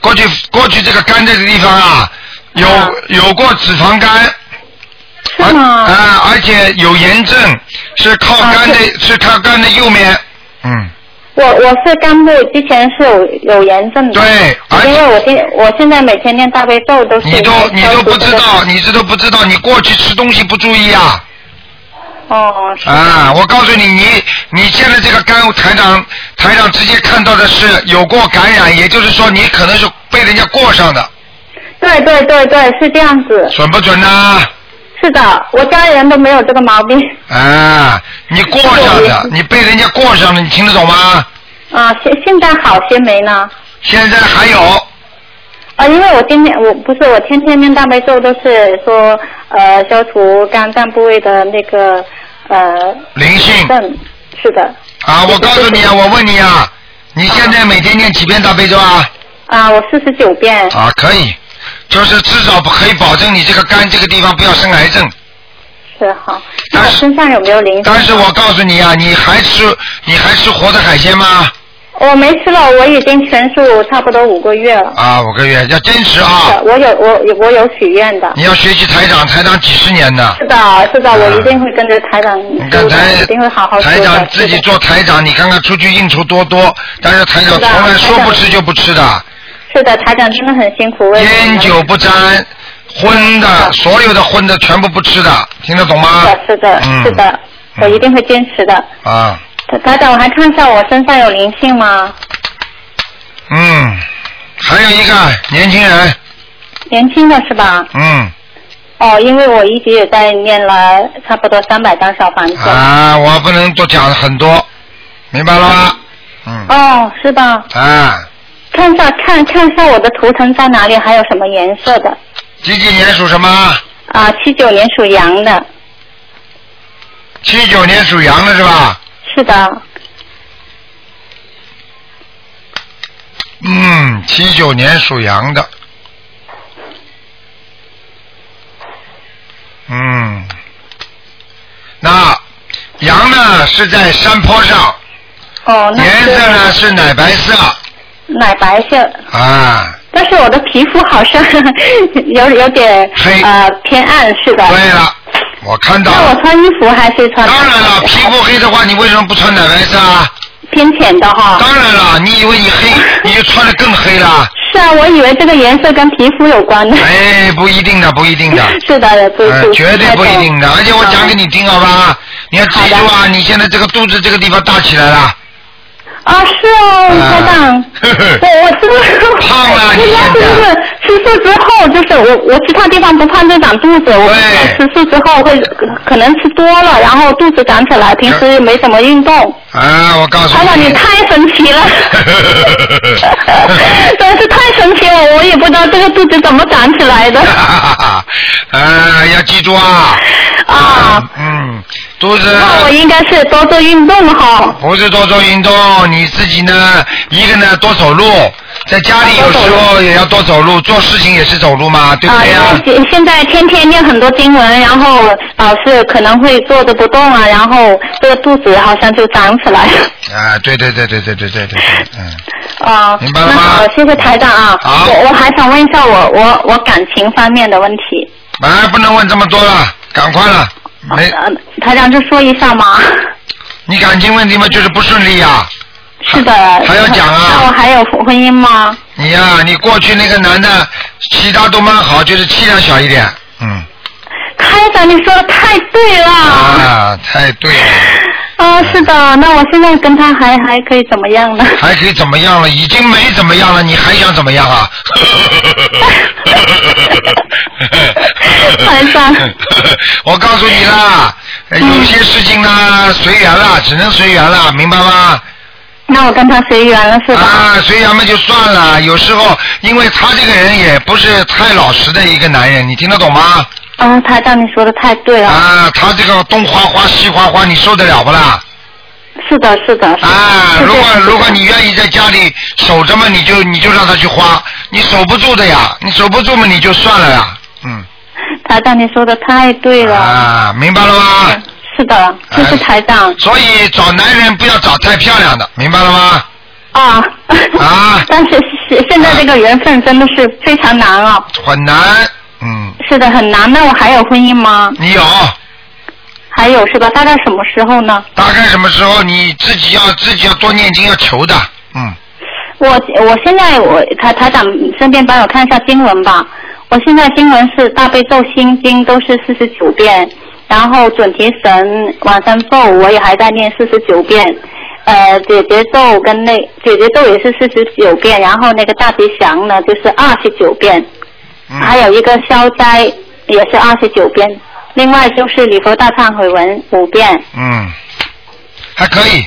S1: 过去过去这个肝这个地方啊，有
S6: 啊
S1: 有过脂肪肝，
S6: 是
S1: 而
S6: 吗？
S1: 啊，而且有炎症，是靠
S6: 啊
S1: 肝的
S6: 是，
S1: 是靠肝的右面，嗯。
S6: 我我是肝部之前是有有炎症的，
S1: 对而且
S6: 因为我现我现在每天念大悲咒都是
S1: 你都你都不知
S6: 消除
S1: 道，
S6: 这个
S1: 你这都不知道，你过去吃东西不注意啊！
S6: 哦，是
S1: 啊，我告诉你，你你现在这个肝台长台长直接看到的是有过感染，也就是说你可能是被人家过上的，
S6: 对对对对，是这样子，
S1: 准不准呢、
S6: 是的，我家里人都没有这个毛病
S1: 啊？你过上的，你被人家过上的，你听得懂吗？
S6: 啊，现现在好些没呢。
S1: 现在还有，
S6: 啊，因为我今天我不是我天天念大悲咒，都是说呃消除肝脏部位的那个呃
S1: 灵性
S6: 症，是的
S1: 啊！我告诉你啊，我问你啊，你现在每天念几遍大悲咒啊？
S6: 啊，我四十九遍
S1: 啊，可以，就是至少可以保证你这个肝这个地方不要生癌症。
S6: 是好。那
S1: 但
S6: 我
S1: 是
S6: 身上有没有灵性？
S1: 但是我告诉你啊，你还吃你还吃活的海鲜吗？
S6: 我没吃了，我已经全素差不多五个月了。
S1: 啊，五个月要坚持啊
S6: 是！我有我我有许愿的。
S1: 你要学习台长，台长几十年的。
S6: 是的，是的，我一定会跟着台长
S1: 啊你看
S6: 修的，
S1: 台
S6: 一定会好好修的。
S1: 台长自己做台长，你看看出去应酬多多，但是台长
S6: 是的
S1: 从来说
S6: 台长
S1: 不吃就不吃的，
S6: 是的，是的，台长真的很辛苦，为了我们
S1: 烟酒不沾，荤的，所有的荤的全部不吃的，听得懂吗？
S6: 是的，是
S1: 嗯
S6: 的，是的，我一定会坚持的。
S1: 啊，
S6: 台台长，我还看一下我身上有灵性吗？
S1: 嗯，还有一个年轻人，
S6: 年轻的是吧？
S1: 嗯，
S6: 哦，因为我一直也在念了差不多三百张小房子。
S1: 啊，我不能多讲很多，明白了吗？嗯
S6: 哦，是吧？
S1: 啊，
S6: 看一下，看看一下我的图腾在哪里，还有什么颜色的？
S1: 几几年属什么？
S6: 啊，七九年属羊的，
S1: 七九年属羊的是吧？
S6: 是的，
S1: 嗯，七九年属羊的。嗯，那羊呢是在山坡上，
S6: 哦，那
S1: 颜色呢是奶白色
S6: 奶白色，
S1: 啊。
S6: 但是我的皮肤好像 有有点呃偏暗，是的。对
S1: 了，我看到
S6: 那我穿衣服还是穿？当然
S1: 了，皮肤黑的话，你为什么不穿奶白色啊？
S6: 偏浅的哈。
S1: 当然了，你以为你 黑，你就穿的更黑了？
S6: 是啊，我以为这个颜色跟皮肤有关的。
S1: 哎，不一定的，不一定的。
S6: 是的，不
S1: 呃
S6: 是。
S1: 绝对不一定的，而且我讲给你听好吧，你要记住啊，你现在这个肚子这个地方大起来了，
S6: 啊，是哦，台长，我
S1: 呃
S6: 我知道，胖了，人家 就是吃素之后，就是我我其他地方不胖就长肚子，我是吃素之后会可能吃多了，然后肚子长起来，平时没怎么运动。
S1: 啊，我告诉
S6: 台长，你太神奇了， 真是太神奇了，我也不知道这个肚子怎么长 起来的。
S1: 啊，呃，要记住啊，
S6: 啊，
S1: 嗯，肚子
S6: 那我应该是多做运动哈。
S1: 不是多做运动，你自己呢，一个呢多走路，在家里有时候也要多走路，做事情也是走路嘛，对不
S6: 啊，
S1: 对
S6: 因
S1: 呀、
S6: 为现现在天天念很多经文，然后老是可能会坐着不动啊，然后这个肚子好像就长起来 了。
S1: 啊？对对对对对对对对，嗯，
S6: 啊，
S1: 明白了
S6: 那
S1: 吗
S6: 好，谢谢台长啊。我我还想问一下我我我感情方面的问题，
S1: 哎，不能问这么多了，赶快了，没，
S6: 啊台长就说一下嘛。
S1: 你感情问题嘛，就是不顺利呀、啊
S6: 是的。
S1: 还要讲啊
S6: 那我还有婚姻吗？
S1: 你呀、你过去那个男的，其他都蛮好，就是气量小一点，嗯，
S6: 台长，你说的太对了。
S1: 啊，太对了，
S6: 啊，是的，那我现在跟他还还可以怎么样呢？
S1: 还可以怎么样了？已经没怎么样了，你还想怎么样 啊？
S6: 台长，
S1: 我告诉你啦，呃有些事情呢，随缘啦，只能随缘啦，明白吗？
S6: 那我跟他随缘了是吧？
S1: 啊，随缘嘛就算了。有时候，因为他这个人也不是太老实的一个男人，你听得懂吗？
S6: 啊，台长，你说的太对了。
S1: 啊，他这个东花花西花花，你受得了不啦？
S6: 是的，是的。
S1: 啊，如果如果你愿意在家里守着嘛，你就你就让他去花，你守不住的呀，你守不住嘛，你就算了呀，嗯，
S6: 台长，你说的太对了。嗯
S1: 啊，明白了吗？哎
S6: 是的，谢谢台长。
S1: 所以找男人不要找太漂亮的，明白了吗？
S6: 啊。
S1: 啊。
S6: 但是现现在这个缘分真的是非常难啊、
S1: 很难，
S6: 是的，很难。那我还有婚姻吗？
S1: 嗯你有。
S6: 还有是吧？大概什么时候呢？
S1: 大概什么时候你自己要自己要多念经，要求的，嗯，
S6: 我我现在我台台长顺便帮我看一下经文吧。我现在经文是大悲咒、心经都是四十九遍，然后准提神往生咒我也还在念四十九遍，呃，姐姐咒跟那姐姐咒也是四十九遍，然后那个大吉祥呢就是二十九遍，还有一个消灾也是二十九遍，另外就是礼佛大忏悔文五遍。
S1: 嗯，还可以，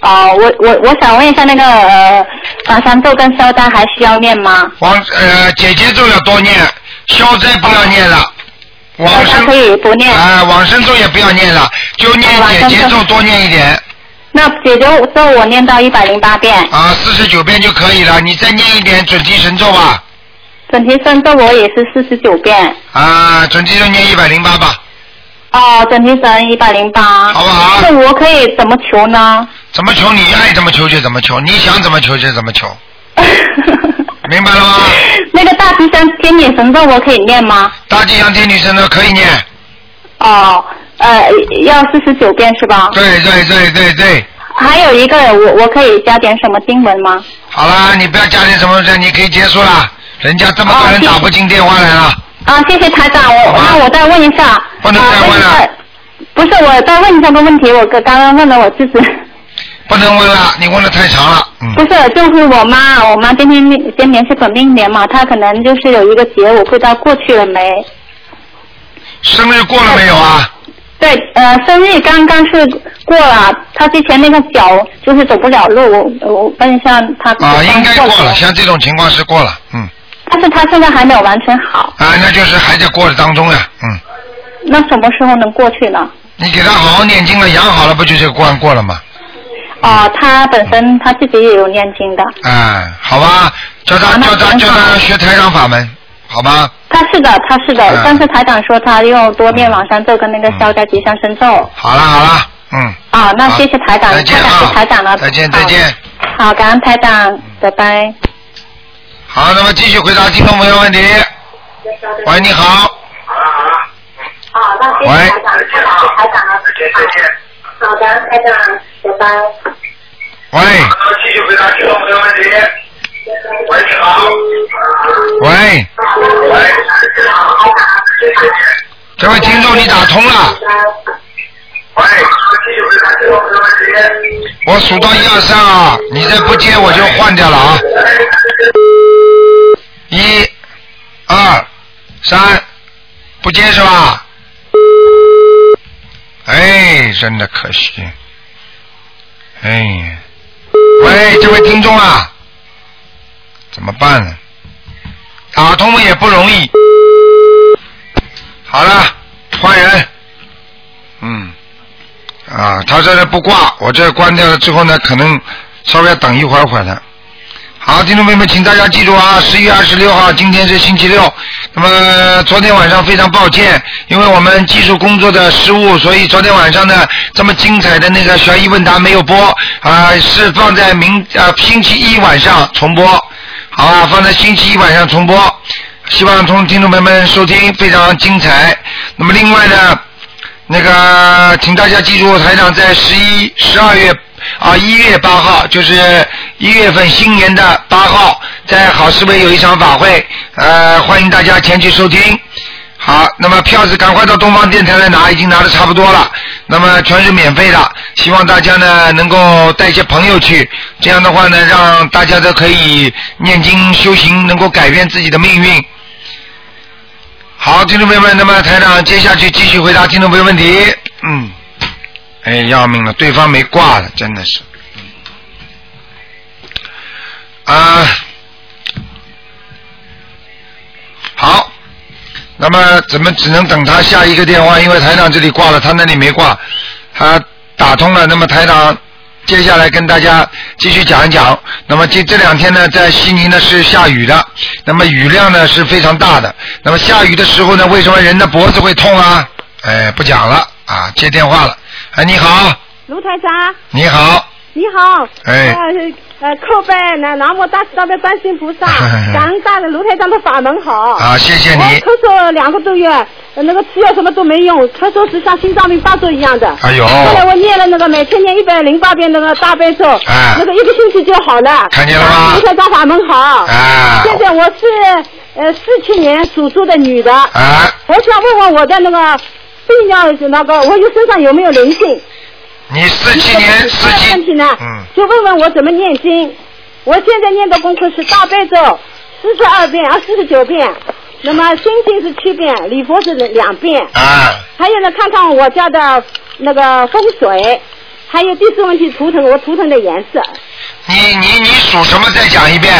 S6: 哦、我我我想问一下那个呃，往生咒跟消灾还需要念吗？
S1: 往呃姐姐咒要多念，消灾不要念了，往生
S6: 可以不念，
S1: 啊、往生咒也不要念了，就念
S6: 啊
S1: 姐
S6: 往
S1: 姐
S6: 生咒
S1: 咒多念一点
S6: 那姐姐咒我念到一百零八遍，
S1: 啊，四十九遍就可以了，你再念一点准提神咒吧，
S6: 准提神咒我也是四十九遍，
S1: 啊，准提咒念一百零八吧，
S6: 哦，准提神一百零八，好
S1: 不好？
S6: 那我可以怎么求呢？
S1: 怎么求你爱怎么求就怎么求，你想怎么求就怎么求，明白了吗？
S6: 那个大吉祥天女神咒我可以念吗？
S1: 大吉祥天女神咒可以念，
S6: 哦，呃，要四十九遍是吧？
S1: 对对对对对，
S6: 还有一个我我可以加点什么经文吗？
S1: 好啦，你不要加点什么事，你可以结束啦，人家这么多人打不进电话来了，
S6: 啊，谢谢台长，我那我再问一下，
S1: 不能再问
S6: 啊
S1: 了，
S6: 不是我再问一下个问题，我刚刚问了我自己，
S1: 不能问了，你问的太长了，嗯
S6: 不是就是我妈，我妈今天命今年是本命年嘛，她可能就是有一个节，我不知道过去了没。
S1: 生日过了没有啊？
S6: 对，呃，生日刚刚是过了，她之前那个脚就是走不了路，我我问一下她。
S1: 啊，应该过了，像这种情况是过了，嗯，
S6: 但是她现在还没有完全好，
S1: 啊，那就是还在过了当中呀，嗯，
S6: 那什么时候能过去呢？
S1: 你给他好好念经了，养好了，不就这个关过了吗？嗯
S6: 哦，她本身她自己也有念经的，
S1: 啊，好吧，叫他
S6: 好那
S1: 叫他
S6: 行
S1: 叫他学台长法门，好吗？
S6: 她是的，她是的
S1: 嗯，
S6: 但是台长说她要多念往生咒跟那个消灾吉祥神咒。
S1: 好了好了，嗯，
S6: 啊，那
S1: 好
S6: 谢谢台长，
S1: 再
S6: 太
S1: 见
S6: 感谢
S1: 啊，
S6: 台长了，
S1: 再见
S6: 好
S1: 再见。
S6: 好，感恩台长，拜拜。
S1: 好，那么继续回答听众朋友问题。喂，你好。好，那谢谢台长，台长，台长好的，台长，拜拜。喂。继续回答听众朋友问题。喂，你好。喂。喂。这位听众，你打通了。 喂，继续回答听众朋友问题。我数到一二三啊，你再不接我就换掉了啊。一、二、三，不接是吧？哎，真的可惜。哎呀，喂，这位听众啊，怎么办呢？打啊通也不容易。好了，换人。嗯，啊，他这是不挂，我这关掉了之后呢，可能稍微要等一会儿会儿的。好，听众朋友们，请大家记住啊，十一月二十六号，今天是星期六。那么昨天晚上非常抱歉，因为我们技术工作的失误，所以昨天晚上呢，这么精彩的那个悬疑问答没有播啊、是放在明啊、星期一晚上重播，好吧，放在星期一晚上重播。希望同听众朋友们收听非常精彩。那么另外呢，那个，请大家记住，台长在十一、十二月啊一月八号，就是一月份新年的八号，在好市委有一场法会，呃，欢迎大家前去收听。好，那么票子赶快到东方电台来拿，已经拿的差不多了。那么全是免费的，希望大家呢能够带一些朋友去，这样的话呢，让大家都可以念经修行，能够改变自己的命运。好，听众朋友们，那么台长接下去继续回答听众朋友问题。嗯，哎，要命了，对方没挂了，真的是。啊、好，那么咱们只能等他下一个电话，因为台长这里挂了，他那里没挂，他打通了。那么台长接下来跟大家继续讲一讲。那么这这两天呢，在悉尼呢是下雨的，那么雨量呢是非常大的。那么下雨的时候呢，为什么人的脖子会痛啊？哎，不讲了啊，接电话了。哎，你好，
S3: 卢台长，
S1: 你好，
S3: 你好。
S1: 哎，
S3: 呃，呃叩拜南南无大慈大悲观世音菩萨 感恩大的卢台长的法门好。
S1: 啊谢谢你
S3: 我咳嗽两个多月，呃那个吃药什么都没用，咳嗽时像心脏病发作一样的。
S1: 哎呦
S3: 后来我念了那个每天念一百零八遍那个大悲咒，
S1: 哎
S3: 那个一个星期就好了。啊
S1: 看见了吗
S3: 感恩卢台长法门好。
S1: 啊
S3: 现在我是呃四七年属猪的女的。
S1: 啊，
S3: 我想问问我的那个泌尿那个，我有身上有没有灵性？
S1: 你四七年四
S3: 第二问
S1: 七，
S3: 题呢，
S1: 嗯，
S3: 就问问我怎么念经。我现在念的功课是大悲咒四十二遍啊，四十九遍，那么心经是七遍，礼佛是两遍，
S1: 啊，
S3: 还有呢，看看我家的那个风水，还有第四问题图腾，我图腾的颜色。
S1: 你你你属什么？再讲一遍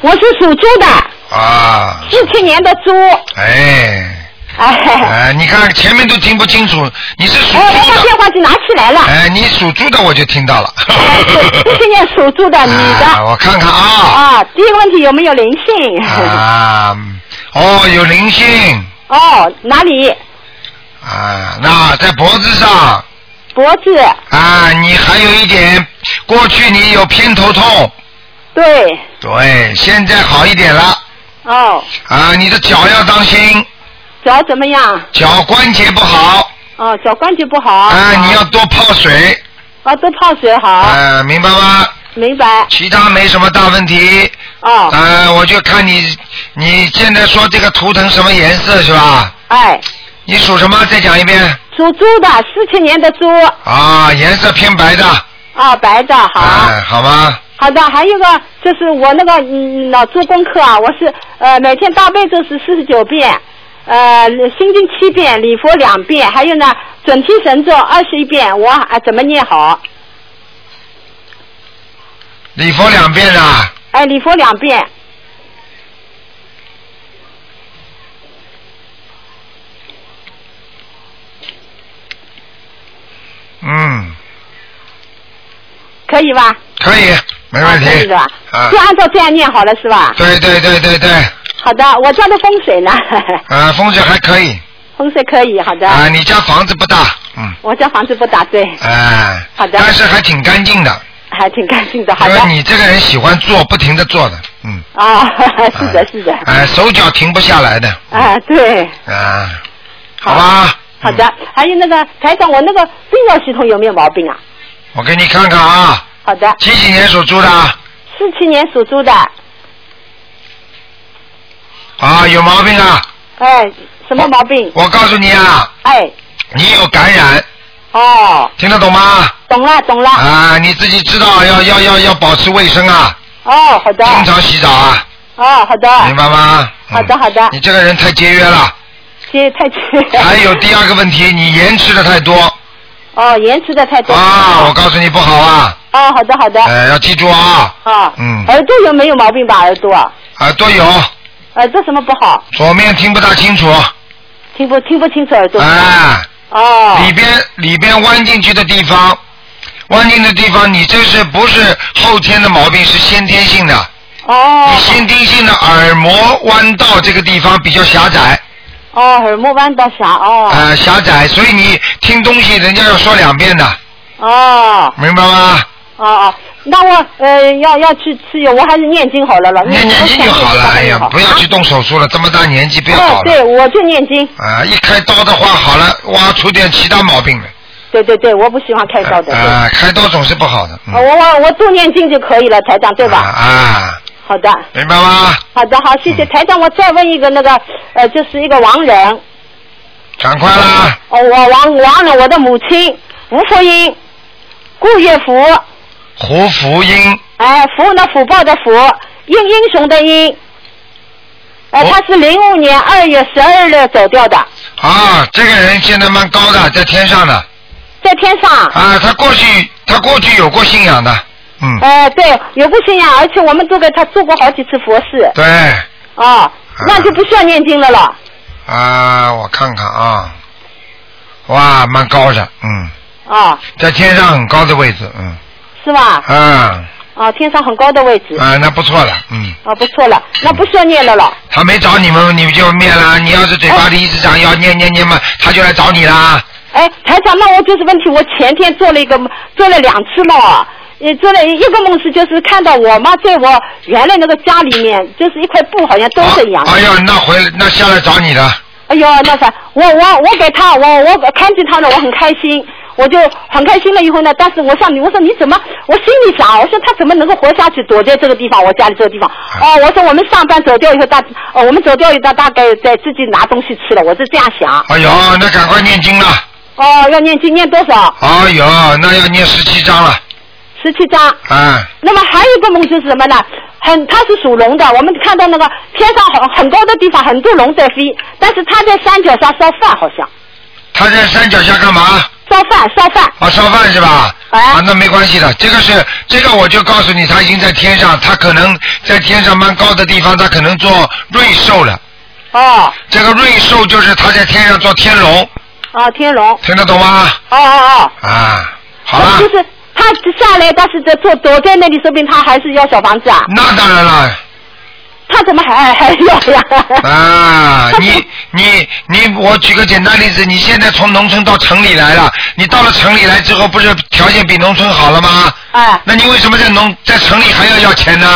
S3: 我是属猪的，
S1: 啊，
S3: 四七年的猪，
S1: 哎。
S3: 哎，
S1: 哎，你看前面都听不清楚，你是属
S3: 哎，我把
S1: 猪
S3: 电
S1: 的。
S3: 话就拿起来了，
S1: 哎，你属猪的我就听到了。
S3: 哎四七年属猪的女
S1: 啊，
S3: 的。
S1: 我看看啊。
S3: 啊，第一个问题有没有灵性？
S1: 啊，哦，有灵性
S3: 哦，哪里？
S1: 啊，那在脖子上
S3: 脖子，
S1: 啊，你还有一点，过去你有偏头痛，
S3: 对，
S1: 对，现在好一点了
S3: 哦，
S1: 啊，你的脚要当心，
S3: 脚怎么样？
S1: 脚关节不好
S3: 哦，脚关节不好。
S1: 啊，你要多泡水
S3: 啊，多泡水好。
S1: 啊，明白吗？
S3: 明白。
S1: 其他没什么大问题。
S3: 哦。
S1: 呃，我就看你，你现在说这个图腾什么颜色是吧？
S3: 哎，
S1: 你属什么？再讲一遍。
S3: 属猪的，四七年的猪
S1: 啊，颜色偏白的，
S3: 啊，白的，好。
S1: 哎，好吗？
S3: 好的，还有一个就是我那个你你老做功课啊，我是呃每天大悲咒是四十九遍，呃心经七遍，礼佛两遍，还有呢准提神咒二十一遍，我啊怎么念好？
S1: 礼佛两遍啦，
S3: 哎，礼佛两遍，
S1: 嗯，
S3: 可以吧？
S1: 可以，没问
S3: 可以
S1: 题
S3: 的吧。？
S1: 啊
S3: 就，按照这样念好了是吧？
S1: 对对对对对，
S3: 好的，我家的风水呢？
S1: 啊，风水还可以
S3: 风水可以，好的。
S1: 啊，你家房子不大，嗯，
S3: 我家房子不打对，
S1: 哎，
S3: 好的
S1: 但是还挺干净的，
S3: 还挺干净的，好
S1: 因
S3: 的
S1: 为。你这个人喜欢做，不停的做的，嗯，
S3: 啊， 是的，是的，
S1: 哎，手脚停不下来的，
S3: 啊，对，
S1: 啊，好吧，嗯
S3: 好的。还有那个台长，我那个泌尿系统有没有毛病啊？
S1: 我给你看看啊，
S3: 好的，
S1: 几几年属猪的啊
S3: 四七年属猪的，
S1: 啊，有毛病啊，
S3: 哎，什么毛病？
S1: 我告诉你啊，
S3: 哎，
S1: 你有感染，
S3: 哦，
S1: 听得懂吗？
S3: 懂了，懂了。
S1: 啊，你自己知道要要要要保持卫生啊，
S3: 哦，好的，
S1: 经常洗澡啊，
S3: 哦，好的，
S1: 明白吗？
S3: 好的，好的，
S1: 你这个人太节约了。
S3: 谢谢啊太谢谢。
S1: 还有第二个问题，你延迟的太多
S3: 哦，延迟的太多。
S1: 啊，我告诉你不好啊，
S3: 哦，好的，好的。
S1: 呃，要记住啊，
S3: 啊，
S1: 嗯，
S3: 耳朵有没有毛病吧？耳朵，
S1: 耳朵有，
S3: 耳朵什么不好？
S1: 左面听不大清楚，啊
S3: 听不听不清楚耳朵。
S1: 哎，
S3: 哦，
S1: 里边里边弯进去的地方，弯进的地方，你这是不是后天的毛病，是先天性的？
S3: 哦，
S1: 你先天性的耳膜弯道这个地方比较狭窄，
S3: 哦，耳膜弯到啥？哦，
S1: 呃，狭窄，所以你听东西人家要说两遍的，
S3: 哦，
S1: 明白吗？
S3: 哦哦，那我呃要要去吃药，我还是念经好了，老
S1: 念念经就好了，哎呀，不要去动手术了，这么大年纪不要
S3: 哎
S1: 搞，了。
S3: 对，我就念经，
S1: 啊，一开刀的话，好了，挖出点其他毛病了。
S3: 对对对，我不喜欢开刀的。对哦
S1: 啊，开刀总是不好的。嗯
S3: 我我我多念经就可以了，台长对吧？
S1: 啊，
S3: 好的，
S1: 明白吗？
S3: 好的，好，
S1: 嗯
S3: 谢谢台长。我再问一个那个呃，就是一个亡人，
S1: 赶快啦！
S3: 哦，我亡亡了我的母亲吴福英，顾月福，
S1: 胡福英，
S3: 哎，福呢福报的福，英英雄的英，哎，
S1: 哦
S3: 他是零五年二月十二日走掉的，
S1: 啊，这个人现在蛮高的，在天上的。
S3: 在天上。
S1: 啊，他过去他过去有过信仰的，嗯，
S3: 哎，对，有不信仰，而且我们都给他做过好几次佛事，
S1: 对，
S3: 哦，那就不需要念经了了。
S1: 啊，我看看啊，哇，蛮高的，嗯，
S3: 哦，
S1: 在天上很高的位置，嗯，
S3: 是吧？
S1: 啊，
S3: 哦，天上很高的位置。
S1: 啊，那不错了，嗯，
S3: 哦，不错了，那不需要念了了。
S1: 他没找你们，你们就灭了。你要是嘴巴里一直讲要念念念嘛，他就来找你啦。
S3: 哎，台长，那我就是问题，我前天做了一个梦，做了两次梦啊，也做了一个梦是就是看到我妈在我原来那个家里面，就是一块布好像兜着一样。
S1: 哎呦，那回那下来找你的，
S3: 哎呦，那啥，我我我给他，我我看见他了，我很开心，我就很开心了以后呢，但是我想你，我说你怎么，我心里想，我说他怎么能够活下去，躲在这个地方，我家里这个地方，哦，我说我们上班走掉以后大，哦，我们走掉以后大大概在自己拿东西吃了，我是这样想。
S1: 哎呦，那赶快念经了，
S3: 哦，要念经念多少？
S1: 哎呦，那要念十七章了，
S3: 十七章。
S1: 啊，
S3: 那么还有一个梦就是什么呢？很，它是属龙的。我们看到那个天上很很高的地方，很多龙在飞，但是它在山脚下烧饭，好像
S1: 他在山脚下干嘛？
S3: 烧饭烧饭。
S1: 啊，烧饭是吧？
S3: 哎
S1: 啊，那没关系的，这个是这个我就告诉你，他已经在天上，他可能在天上蛮高的地方，他可能做瑞兽了。
S3: 哦。
S1: 这个瑞兽就是他在天上做天龙，
S3: 哦，天龙。
S1: 听得懂吗？
S3: 哦哦哦。
S1: 啊，好
S3: 那
S1: 了
S3: 就，是他下来，但是在坐躲在那里，说不定他还是要小房子啊。
S1: 那当然了。
S3: 他怎么还还要呀？
S1: 啊，你你你，我举个简单例子，你现在从农村到城里来了，你到了城里来之后，不是条件比农村好了吗？
S3: 哎。
S1: 那你为什么在农在城里还要要钱呢？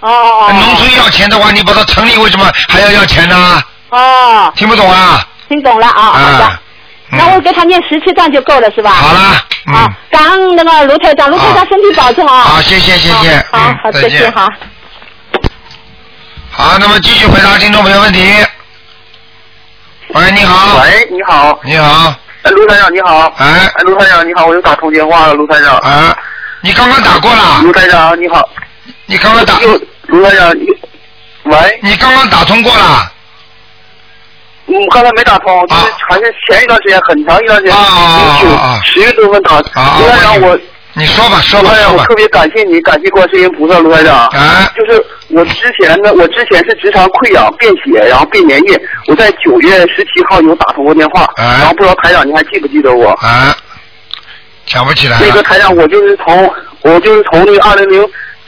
S3: 哦哦
S1: 农村要钱的话，你跑到城里为什么还要要钱呢？
S3: 哦，
S1: 听不懂啊？
S3: 听懂了啊，好的。
S1: 啊，
S3: 那我给他念十七章就够了是吧？好
S1: 了。嗯
S3: 啊，感恩那个卢台长，卢台长身体保重啊。
S1: 好，谢谢谢谢，
S3: 好好好，
S1: 嗯
S3: 谢
S1: 再
S3: 谢
S1: 见。
S3: 哈。
S1: 好，那么继续回答听众朋友问题。喂，你好。
S5: 喂，你好。
S1: 你好。
S5: 哎，卢台长你好。
S1: 哎。
S5: 哎，卢台长你好，我又打通电话了，卢台长。
S1: 啊。你刚刚打过了。
S5: 卢台长你好。
S1: 你刚刚打。
S5: 卢台长，你喂。
S1: 你刚刚打通过了。啊
S5: 嗯，刚才没打通，就是好像前一段时间，很长一段时间，零九十月多份打。卢台长，我
S1: 啊你说吧，说吧，
S5: 卢台
S1: 说
S5: 长，我
S1: 吧
S5: 特。别感谢你，感谢观世音菩萨，卢台长。
S1: 啊。
S5: 就是我之前呢，我之前是直肠溃疡、便血，然后便粘液。我在九月十七号有打通过电话，然后不知道台长您还记不记得我？
S1: 啊。想不起来了。
S5: 那个台长，我就是从我就是从那个二零零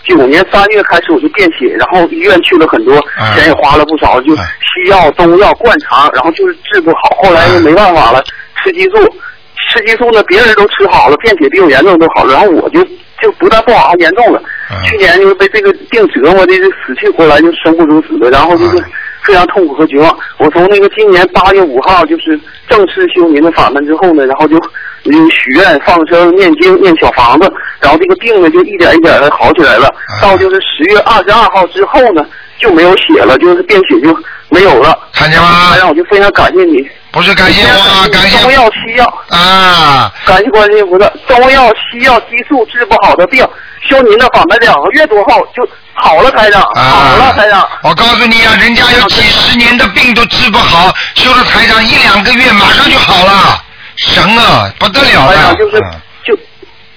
S5: 九年三月开始我就便血，然后医院去了很多，
S1: 哎
S5: 钱也花了不少，就西药、中药、灌肠，然后就是治不好，后来
S1: 哎
S5: 又没办法了，吃激素，吃激素呢，别人都吃好了，便血比我严重都好了，然后我就就不但不好，还严重了。
S1: 哎
S5: 去年就是被这个病折磨的，就死去活来，就生不如死的，然后
S1: 哎
S5: 就是非常痛苦和绝望。我从那个今年八月五号，就是正式修您的法门之后呢，然后就就许愿、放生、念经、念小房子，然后这个病呢就一点一点的好起来了。
S1: 啊
S5: 到就是十月二十二号之后呢，就没有血了，就是便血就没有了。哎
S1: 看见吗？
S5: 让我就非常感谢你。
S1: 不是感谢我啊，感谢
S5: 中药、西药
S1: 啊，
S5: 感谢观世音菩萨。中药、西药、激素治不好的病，修您的法门两个月多后就好了，台长，好了，台长。
S1: 啊我告诉你啊，人家有几十年的病都治不好，修了台长一两个月，马上就好了，神啊，不得了
S5: 台
S1: 了
S5: 长。就是就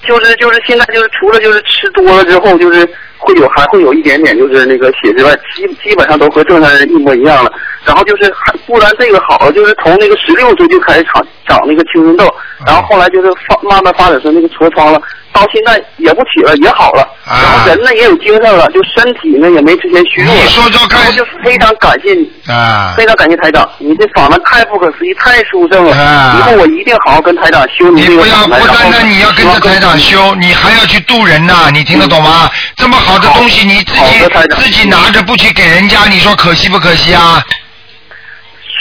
S5: 就是就是现在就是除了就是吃多了之后，就是会有还会有一点点就是那个血之外，基基本上都和正常人一模一样了。然后就是还不然这个好了，就是从那个十六岁就开始长长那个青春痘，
S1: 嗯
S5: 然后后来就是发慢慢发展成那个痤疮了，到现在也不起了，也好了。
S1: 啊
S5: 然后人呢也有精神了，就身体呢也没之前虚弱了。
S1: 你说说看
S5: 然后就非常感谢你。
S1: 啊，
S5: 非常感谢台长，你这法门太不可思议，太殊胜了。
S1: 啊
S5: 以后我一定好好跟台长修
S1: 你
S5: 这个
S1: 不要
S5: 法门。
S1: 不单单你要跟着台
S5: 然后
S1: 长修，你还要去渡人呐、你听得懂吗？
S5: 嗯
S1: 这么好的东西，你自己自己拿着不去给人家，你说可惜不可惜啊？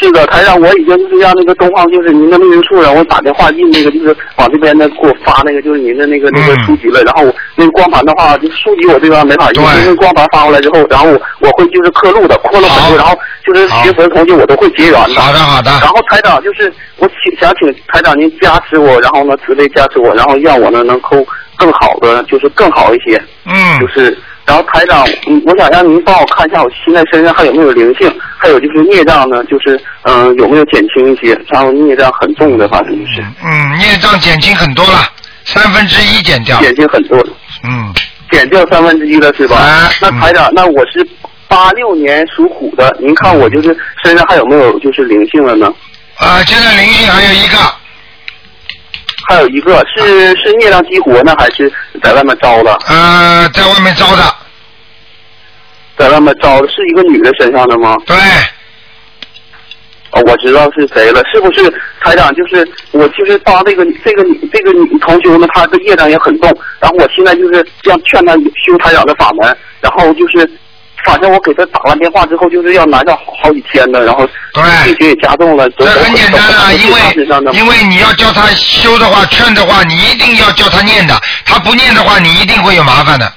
S5: 是的，台长，我已经就是让那个东方就是您的秘书处，然后我打电话印那个就是往这边的给我发那个就是您的那个那
S1: 嗯
S5: 个书籍了，然后我那个光盘的话，就书籍我这边没法用，因为光盘发过来之后，然后我我会就是刻录的，刻了很多，然后就是学佛的同学我都会结缘的。
S1: 好的好的
S5: 然后台长就是我请想请台长您加持我，然后呢慈悲加持我，然后让我呢能够更好的就是更好一些。
S1: 嗯，
S5: 就是，然后台长，嗯我想让您帮我看一下我现在身上还有没有灵性，还有就是孽障呢，就是嗯、有没有减轻一些？然后孽障很重的，反正就是
S1: 嗯，孽障减轻很多了，三分之一减掉。
S5: 减轻很多，
S1: 嗯，
S5: 减掉三分之一了是吧？那台长，那我是八六年属虎的，您看我就是身上还有没有就是灵性了呢？
S1: 啊，现在灵性还有一个，
S5: 还有一个是是孽障激活呢，还是在外面招的？
S1: 呃，在外面招的，
S5: 在外面招的是一个女的身上的吗？
S1: 对。
S5: 哦，我知道是谁了，是不是台长？就是我，就是帮这个这个这个女同学呢，她的业障也很重。然后我现在就是要劝她修台长的法门，然后就是，反正我给她打完电话之后，就是要难上好好几天的，然后病情也加重了。这很简单啊，因为
S1: 因为你要叫他修的话，劝的话，你一定要叫他念的，他不念的话，你一定会有麻烦的。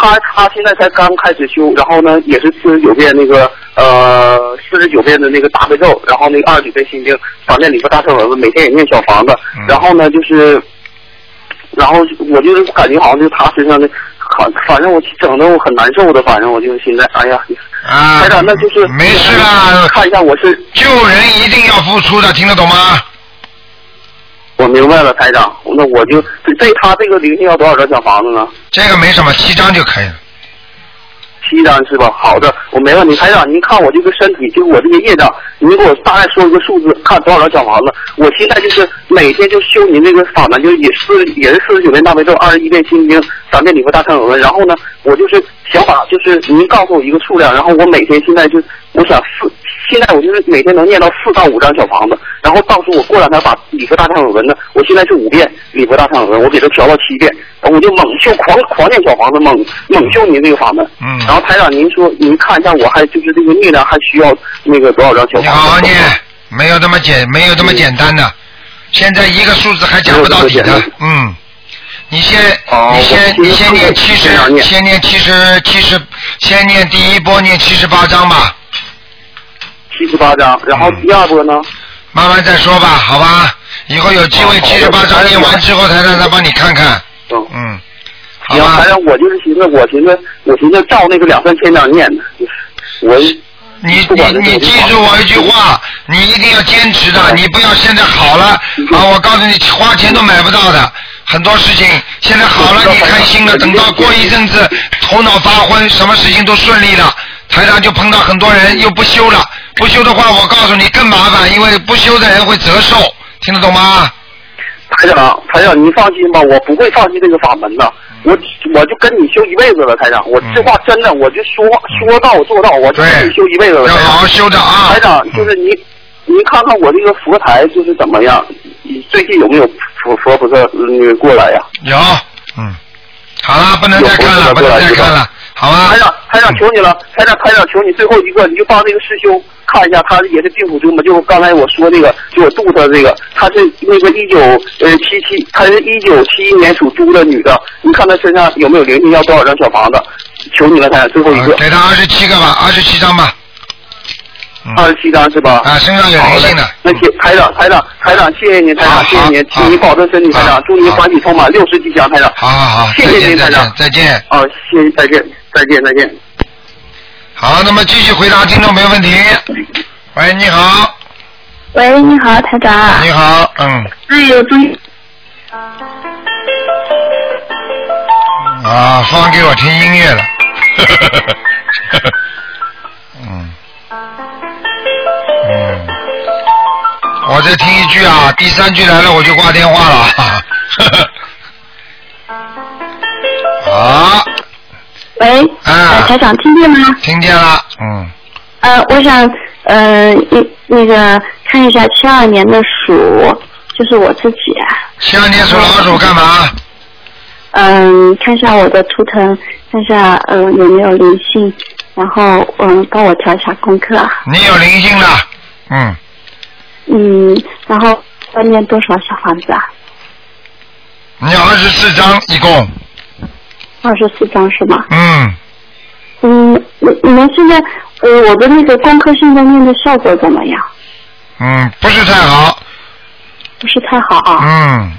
S5: 她她现在才刚开始修，然后呢也是四十九遍那个呃四十九遍的那个大悲咒，然后那个二十九遍心经，反正礼佛大忏悔文，每天也念小房子，然后呢就是，然后我就是感觉好像就是她身上的，好反正我整的我很难受的，反正我就是现在哎呀，
S1: 啊，
S5: 台长那就是
S1: 没事啦，
S5: 看一下我是
S1: 救人一定要付出的，听得懂吗？
S5: 我明白了台长，那我就这这她这个灵性要多少张小房子呢？
S1: 这个没什么，七张就可以了。
S5: 七张是吧？好的，我没问题。台长，您看我这个身体，就是我这个业障，您给我大概说一个数字，看多少张小房子。我现在就是每天就修您这个法门，就也四也是四十九遍大悲咒，二十一遍心经，三遍礼佛大忏悔文。然后呢，我就是想把就是您告诉我一个数量，然后我每天现在就我想四，现在我就是每天能念到四到五张小房子，然后到时候我过两天把礼佛大忏悔文呢，我现在是五遍礼佛大忏悔文，我给它调到七遍，我就猛修狂狂念小房子，猛猛修您这个法门。
S1: 嗯
S5: 然后台长，您说您看一下，我还就是这个孽障还需要那个多少张小
S1: 你好
S5: 房
S1: 好
S5: 子？
S1: 念，没有这么简，没有这么简单的。现在一个数字还讲不到底的，嗯。你先，
S5: 哦
S1: 你先，你先念七十，先念七十，七十，先念第一波念七十八章吧，
S5: 七十八张，然
S1: 嗯
S5: 后第二波呢？
S1: 慢慢再说吧，好吧？以后有机会七十八章念完之后，台长再帮你看看。
S5: 嗯
S1: 嗯，好
S5: 行，
S1: 吧
S5: 反正我就是寻思，我寻思，我寻思照那个两三千张念的，我
S1: 你你你记住我一句话，你一定要坚持的，你不要现在好了啊！我告诉你，花钱都买不到的。很多事情现在好了，你开心了，等到过一阵子头脑发昏，什么事情都顺利了，台上就碰到很多人又不修了，不修的话，我告诉你更麻烦，因为不修的人会折寿，听得懂吗？
S5: 台长，台长，您放心吧，我不会放弃这个法门的。
S1: 嗯
S5: 我我就跟你修一辈子了，台长。我这话真的，我就说说到做到，我就跟你修一辈子了。要好
S1: 嗯好修的啊！
S5: 台长，就是您，您看看我这个佛台就是怎么样？最近有没有佛佛菩萨嗯过来呀、
S1: 有，嗯，好了，不能再看了，不能再看了，好吧？嗯
S5: 台长，台长，求你了，台长，台长，求你最后一个，你就帮那个师兄看一下，他也是病苦中嘛，就刚才我说那个，就我肚子这个，他是那个一九呃七七，他是一九七一年属猪的女的，你看她身上有没有灵性，要多少张小房子？求你了，台长，最后一个，
S1: 给他二十七个吧，二十七张吧。
S5: 二十七张是吧？
S1: 嗯啊，身上有
S5: 灵性的。
S1: 嗯
S5: 那谢台长，台长，台长，谢谢您，台长，谢谢您，请您保重身体，台长，祝您欢喜充满，六十吉祥，台长。
S1: 好好好，
S5: 谢
S1: 再
S5: 谢
S1: 见
S5: 您，台
S1: 再
S5: 长
S1: 见，再见。
S5: 啊，谢谢，再见，再见，再见。
S1: 好，那么继续回答听众朋友问题。喂，你好，
S10: 喂，你好，台长。
S1: 你好，嗯，
S10: 哎呦，终于
S1: 啊，放给我听音乐了， 嗯，嗯，我再听一句啊，第三句来了我就挂电话了， 好，
S10: 喂，
S1: 啊，
S10: 呃台长听见吗？
S1: 听见了，嗯，
S10: 呃，我想呃，一那个看一下七二年的鼠，就是我自己啊。
S1: 七二年属老鼠干嘛？
S10: 嗯，看一下我的图腾，看一下呃有没有灵性，然后嗯帮我调一下功课啊。
S1: 你有灵性了，嗯，
S10: 嗯，然后要念多少小房子啊？
S1: 你二十四张一共，
S10: 二十四张是吗？
S1: 嗯，
S10: 嗯，你你们现在呃我的那个功课现在念的效果怎么样？
S1: 嗯，不是太好，
S10: 不是太好啊。
S1: 嗯。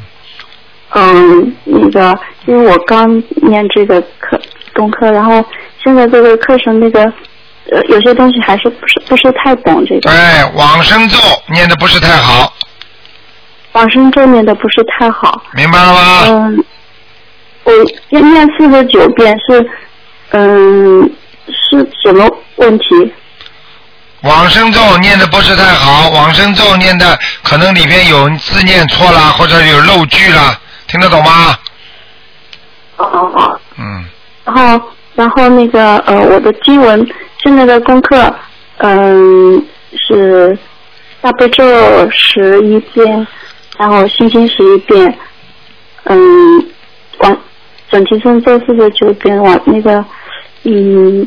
S10: 嗯，那个，因为我刚念这个课功课，然后现在这个课程那个，呃，有些东西还是不是不是太懂这个。
S1: 哎，往生咒念的不是太好，
S10: 往生咒念的不是太好。
S1: 明白了吗？
S10: 嗯，我要念四十九遍是，嗯，是什么问题？
S1: 往生咒念的不是太好，往生咒念的可能里边有字念错啦，或者有漏句啦，听得懂吗？嗯，
S10: 然后，然后那个呃，我的经文现在的功课，嗯，是大悲咒十一遍，然后心经十一遍，嗯，往准提神咒四十九遍，往那个嗯，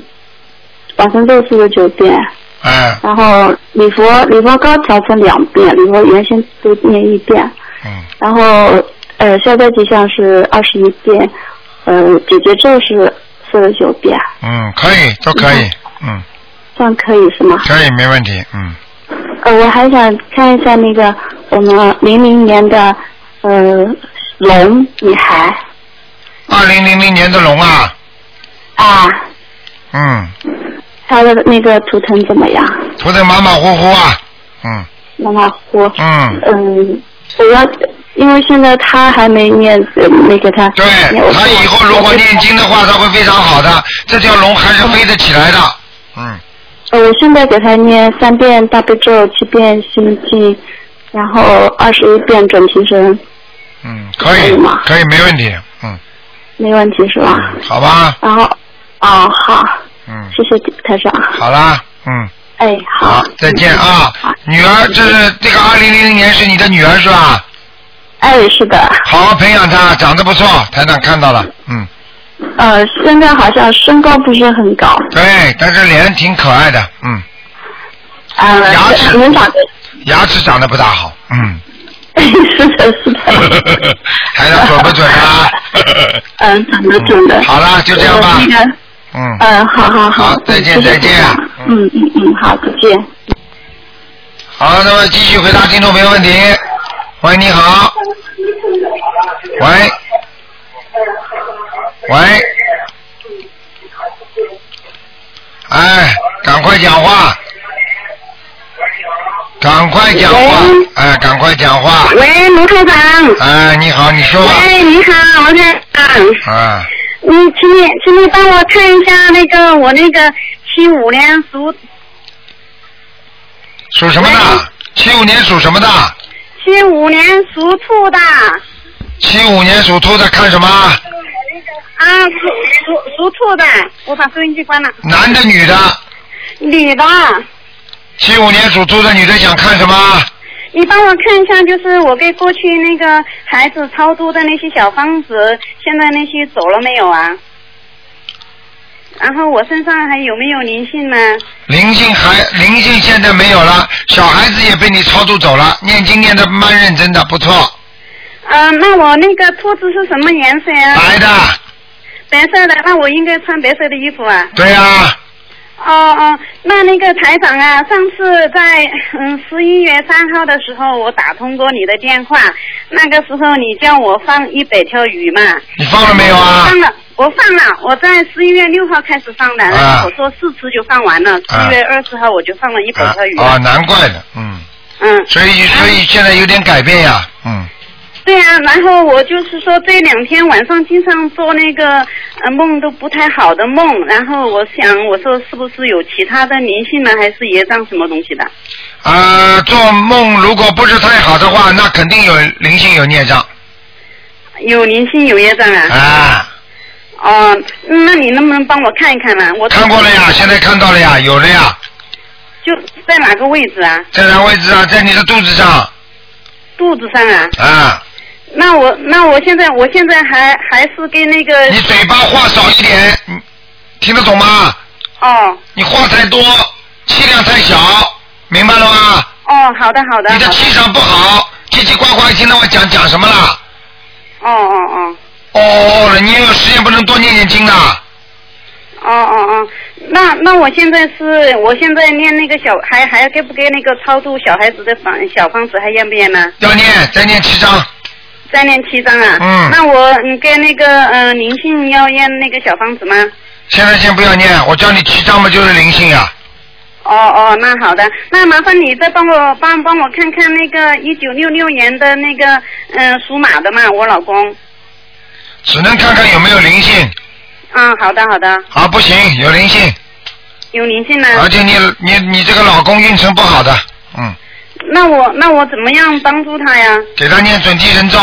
S10: 往生咒四十九遍，
S1: 哎，
S10: 然后礼佛礼佛高调成两遍，礼佛原先都念一遍，
S1: 嗯，
S10: 然后呃消灾吉祥是二十一遍，呃解决咒是四十九遍，
S1: 嗯，可以，都可以，嗯，
S10: 这样可以是吗？
S1: 可以，没问题，嗯，
S10: 呃，我还想看一下那个我们零零年的呃龙女孩
S1: 二零零零年的龙啊，
S10: 啊，
S1: 嗯，
S10: 她的那个图腾怎么样？
S1: 涂的马马虎虎啊，嗯，
S10: 妈妈哭。
S1: 嗯
S10: 嗯，我要，因为现在她还没念，呃没给她。对，
S1: 他以后如果念经的话，他会非常好的，这条龙还是飞得起来的，嗯，
S10: 呃，我现在给她念三遍大悲咒，七遍心经，然后二十一遍准提神，
S1: 嗯，可以，可以，没问题，嗯，
S10: 没问题是吧？
S1: 好吧，
S10: 然后，哦，好，
S1: 嗯，
S10: 谢谢台长。
S1: 好啦，嗯。
S10: 哎，
S1: 好，再见
S10: 嗯
S1: 啊，女儿，这是这个二零零零年是你的女儿是吧？
S10: 哎，是的。
S1: 好好培养她，长得不错，台长看到了，嗯，
S10: 呃，现在好像身高不是很高，
S1: 对，但是脸挺可爱的，嗯，
S10: 呃，
S1: 牙齿
S10: 能长得
S1: 牙齿长得不大好，嗯，
S10: 是的，是的。
S1: 台长准不准啊？
S10: 嗯，准的，准的。
S1: 好啦，就这样吧
S10: 呃。那个，
S1: 嗯，
S10: 嗯，好好好。
S1: 再见
S10: 谢谢
S1: 再见
S10: 台长嗯嗯嗯，好，再见。
S1: 好，那么继续回答听众朋友问题。喂，你好。喂。喂。哎，赶快讲话。赶快讲话，哎，赶快讲话。
S12: 喂，卢台长。
S1: 哎，你好，你说吧。
S12: 喂，你好，罗台长，
S1: 啊，
S12: 你请你请你帮我看一下那个我那个七五年属
S1: 属什么的？七五年属什么的？
S12: 七五年属兔的
S1: 七五年属兔的看什么？
S12: 啊，属属属兔的，我把收音机关了。
S1: 男的女的？
S12: 女的，
S1: 七五年属兔的女的想看什么？
S12: 你帮我看一下，就是我给过去那个孩子超度的那些小方子，现在那些走了没有啊？然后我身上还有没有灵性呢？
S1: 灵性还灵性现在没有了，小孩子也被你超度走了，念经念的蛮认真的，不错，
S12: 啊，那我那个兔子是什么颜色呀、
S1: 白的。
S12: 白色的，那我应该穿白色的衣服啊。
S1: 对呀、
S12: 哦哦，那那个台长啊，上次在嗯十一月三号的时候，我打通过你的电话，那个时候你叫我放一百条鱼嘛。
S1: 你放了没有啊？
S12: 放了，我放了，我在十一月六号开始放的，然后我说四次就放完了，
S1: 啊
S12: 十月二十号我就放了一百条鱼。
S1: 啊啊，难怪了，嗯。
S12: 嗯。
S1: 所以所以现在有点改变呀，嗯。
S12: 对啊，然后我就是说这两天晚上经常做那个呃梦都不太好的梦，然后我想我说是不是有其他的灵性呢，还是业障什么东西的？
S1: 啊，做梦如果不是太好的话，那肯定有灵性有孽障
S12: 有灵性有业障啊？
S1: 啊。
S12: 哦、那你能不能帮我看一看呢、我
S1: 看过了呀，现在看到了呀，有了呀，
S12: 就在哪个位置啊？
S1: 在哪位置啊？在你的肚子上
S12: 肚子上啊？
S1: 啊，
S12: 那我那我现在我现在还还是跟那个
S1: 你嘴巴话少一点，你听得懂吗？
S12: 哦
S1: 你话太多，气量太小，明白了吗？
S12: 哦，好的好的。
S1: 你的气场不好，叽叽呱呱，一听到我讲讲什么啦？
S12: 哦哦哦
S1: 哦哦了，你有时间不能多念念经的。
S12: 哦哦哦，那那我现在是我现在念那个小还还给不给那个超度小孩子的房小方子还验不验呢？
S1: 要念，再念七张。
S12: 再念七张啊。
S1: 嗯
S12: 那我你跟那个呃灵性要验那个小方子吗？
S1: 现在先不要念，我叫你七张嘛，就是灵性呀、
S12: 哦哦，那好的，那麻烦你再帮我帮帮我看看那个一九六六年的那个嗯、呃属马的嘛，我老公。
S1: 只能看看有没有灵性。
S12: 嗯，好的好的，
S1: 啊，不行，有灵性，
S12: 有灵性呢。
S1: 而且你你你这个老公运程不好的，嗯，
S12: 那我那我怎么样帮助他呀？
S1: 给他念准提神咒，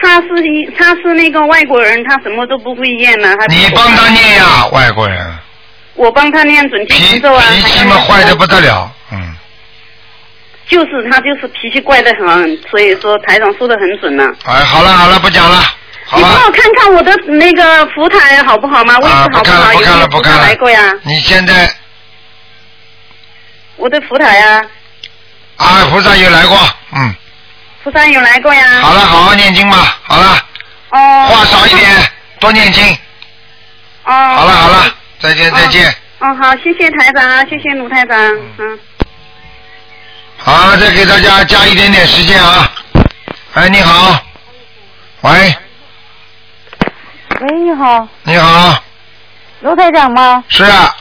S12: 他是一他是那个外国人，他什么都不会念呢。还
S1: 你帮他念呀，啊外国人
S12: 我帮他念准提神咒啊。
S1: 脾气嘛坏的不得了，嗯，
S12: 就是他就是脾气怪得很，所以说台长说的很准呢、
S1: 哎，好了好了，不讲了，好啊
S12: 你帮
S1: 了，
S12: 我看看我的那个福台好不好吗？位置
S1: 啊
S12: 好
S1: 不看
S12: 好？
S1: 了不
S12: 有没
S1: 看了
S12: 有
S1: 不
S12: 菩
S1: 看
S12: 萨
S1: 了
S12: 来过呀？
S1: 你现在
S12: 我的福台啊，
S1: 啊菩萨有来过，嗯，
S12: 菩萨有来过呀。
S1: 好了，好好念经吧，好了，
S12: 哦。
S1: 话少一点，多念经，
S12: 哦。
S1: 好
S12: 好
S1: 了好。了，再见再见，
S12: 哦，好，谢谢台长，谢谢卢台长，嗯。
S1: 好，再给大家加一点点时间啊，哎你好，喂
S13: 喂，你好，
S1: 你好，
S13: 卢台长吗？
S1: 是啊，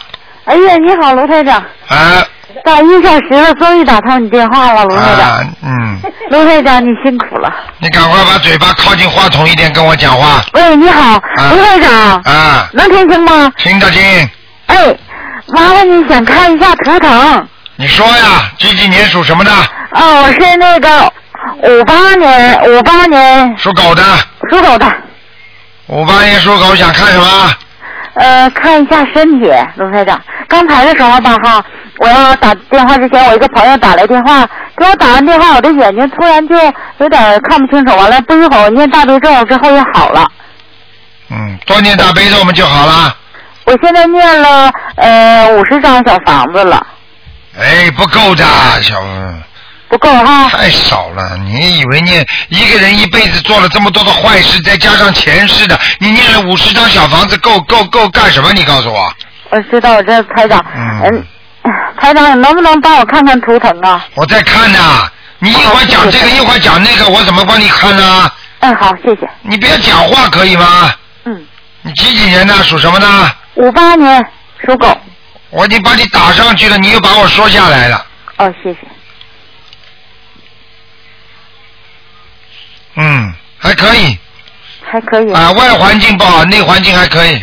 S13: 哎呀，你好，卢台长，
S1: 啊
S13: 打一小时了，终于打通你电话了，卢台长。
S1: 啊嗯。
S13: 卢台长，你辛苦了。
S1: 你赶快把嘴巴靠近话筒一点，跟我讲话。
S13: 喂，你好，卢台长，
S1: 啊，
S13: 能听清吗？
S1: 听得清。
S13: 哎，麻烦你想看一下图腾。
S1: 你说呀，几几年属什么的？
S13: 哦，我是那个五八年，五八年
S1: 属狗的。
S13: 属狗的，
S1: 五八年属狗，想看什么？
S13: 呃，看一下身体，卢台长。刚才的时候吧，哈，我要打电话之前，我一个朋友打来电话，给我打完电话，我的眼睛突然就有点看不清楚。完了，不一会儿我念大悲咒之后就好了。
S1: 嗯，多念大悲咒我们就好了。
S13: 我现在念了呃五十张小房子了，
S1: 哎，不够的，小
S13: 不够哈。
S1: 太少了，你以为念一个人一辈子做了这么多的坏事，再加上前世的，你念了五十张小房子够够够干什么？你告诉我，
S13: 我知道，我知道台长，嗯，台长能不能帮我看看图腾啊？
S1: 我在看呢、你一会儿讲这个，一会儿讲那个，我怎么帮你看呢、
S13: 哦嗯，好，谢谢。
S1: 你别讲话可以吗？
S13: 嗯。
S1: 你几几年的？属什么的？
S13: 五八年属狗。
S1: 我已经把你打上去了，你又把我说下来了。
S13: 哦，谢谢。
S1: 嗯，还可以
S13: 还可以。
S1: 啊、外环境不好，内环境还可以。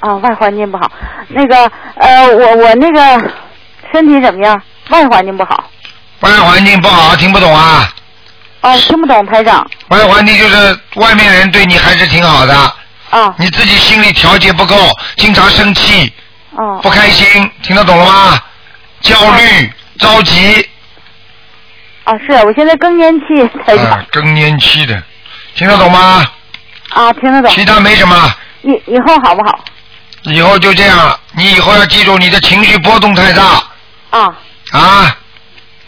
S13: 啊、外环境不好。那个呃，我我那个身体怎么样？外环境不好。
S1: 外环境不好，听不懂啊？
S13: 哦，听不懂台长。
S1: 外环境就是外面人对你还是挺好的。
S13: 啊。
S1: 你自己心理调节不够，经常生气。
S13: 哦。
S1: 不开心，听得懂了吗？焦虑、着急，
S13: 啊，是我现在更年期，台长
S1: 啊，更年期的，听得懂吗？
S13: 啊，听得懂。
S1: 其他没什么。
S13: 以以后好不好？
S1: 以后就这样了，你以后要记住，你的情绪波动太大
S13: 啊
S1: 啊！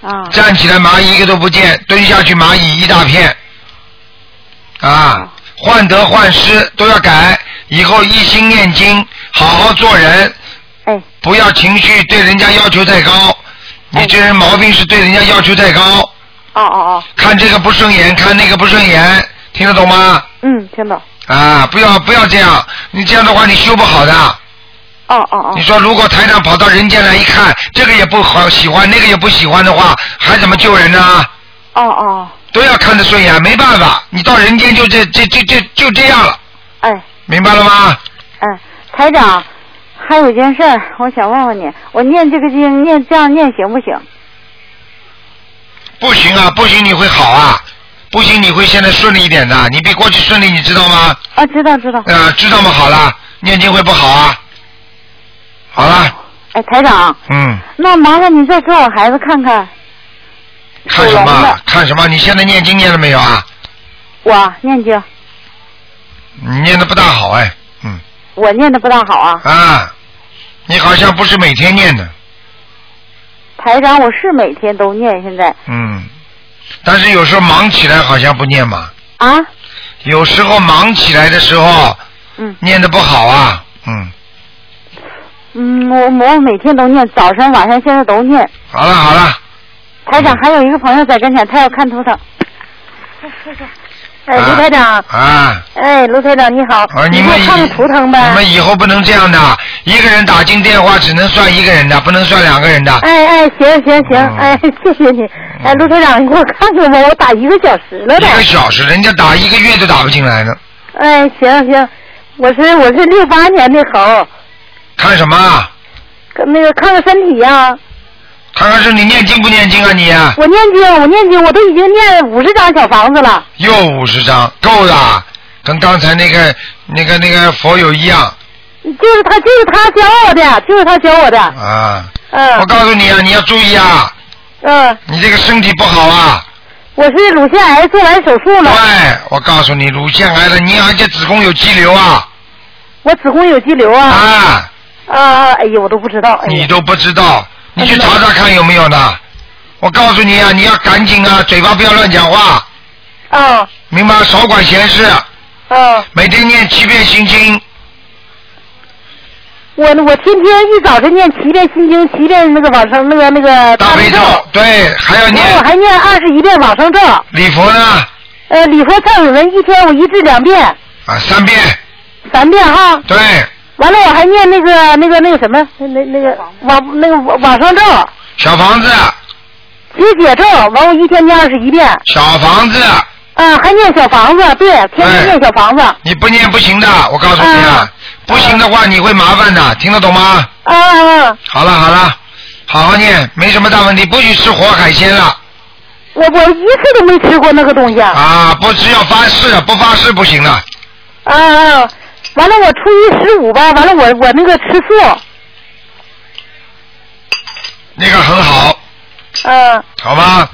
S13: 啊。
S1: 站起来蚂蚁一个都不见，蹲下去蚂蚁一大片啊！患得患失都要改，以后一心念经，好好做人，
S13: 哎，哎
S1: 不要情绪对人家要求太高。你这人毛病是对人家要求太高。
S13: 哦哦哦。
S1: 看这个不顺眼，看那个不顺眼，听得懂吗？
S13: 嗯，听懂。
S1: 啊，不要不要这样，你这样的话你修不好的。
S13: 哦哦哦。
S1: 你说如果台长跑到人间来一看，这个也不好喜欢，那个也不喜欢的话，还怎么救人呢？
S13: 哦哦，
S1: 都要看得顺眼，没办法，你到人间就这这这这就这样了，
S13: 哎，
S1: 明白了吗？
S13: 嗯，台长，还有一件事儿，我想问问你，我念这个经，念这样念行不行？啊
S1: 不行啊，不行你会好啊，不行你会现在顺利一点的，你比过去顺利，你知道吗？
S13: 啊，知道知道。
S1: 啊、知道吗？好了，念经会不好啊。好了，
S13: 哎，台长，
S1: 嗯，
S13: 那麻烦你再给我孩子看看，
S1: 看什么？看什么？你现在念经念了没有啊？
S13: 我念经，
S1: 你念的不大好哎，
S13: 我念的不大好啊。
S1: 啊，你好像不是每天念的，
S13: 台长，我是每天都念，现在
S1: 嗯，但是有时候忙起来好像不念嘛，
S13: 啊，
S1: 有时候忙起来的时候，
S13: 嗯，
S1: 念的不好啊，嗯，
S13: 嗯，我我每天都念，早上晚上现在都念。
S1: 好了好了，
S13: 台长，还有一个朋友在跟前，他要看图腾。哎，卢台长，
S1: 啊，
S13: 哎，卢台长你好，
S1: 啊你
S13: 给
S1: 们
S13: 我看个图腾呗。
S1: 你们以后不能这样的，一个人打进电话只能算一个人的，不能算两个人的，
S13: 哎哎，行行
S1: 嗯
S13: 行，哎， 谢谢你。哎，卢台长，你给我看看吧，我打一个小时了都
S1: 一。个小时，人家打一个月都打不进来呢，
S13: 哎，行行，我是我是六八年的猴，
S1: 看什么啊？
S13: 看那个看看身体呀、
S1: 看看是你念经不念经啊你啊？
S13: 我念经，我念经，我都已经念五十张小房子了。
S1: 又五十张，够了，跟刚才那个那个那个佛友一样
S13: 就是他，就是他教我的，就是他教我的。
S1: 啊。
S13: 嗯。
S1: 我告诉你啊，你要注意啊。
S13: 嗯。
S1: 你这个身体不好啊！
S13: 我是乳腺癌做完手术了，
S1: 对，我告诉你，乳腺癌了，你而且子宫有肌瘤啊，
S13: 我子宫有肌瘤啊。
S1: 啊。
S13: 啊啊！哎呦，哎我都不知道。哎
S1: 你
S13: 呀，
S1: 都不知道，你去查查看有没有呢？我告诉你啊，你要赶紧啊，嘴巴不要乱讲话。
S13: 啊。
S1: 明白，少管闲事。
S13: 啊。
S1: 每天念七遍心经，
S13: 我我天天一早晨念七遍心经，七遍那个往生那个那个大悲咒，
S1: 对，还要
S13: 然后我还念二十一遍往生咒。
S1: 礼佛呢
S13: 呃，礼佛忏悔文一天我一至两遍，
S1: 啊三遍，
S13: 三遍哈。
S1: 对，
S13: 完了我还念那个那个那个什么那那那个往那个往往生咒、
S1: 小房子，
S13: 解解咒，完我一天念二十一遍。
S1: 小房子，哎
S13: 啊，还念小房子，对，天天念小房子。
S1: 你不念不行的，我告诉你啊，不行的话你会麻烦的，听得懂吗？
S13: 啊啊！啊
S1: 好了好了，好好念，没什么大问题，不许吃活海鲜了
S13: 我我一次都没吃过那个东西。啊
S1: 啊！不吃要发誓，不发誓不行的。
S13: 啊！啊完了，我初一十五吧，完了我我那个吃素，
S1: 那个很好，啊
S13: 嗯、
S1: 好吧？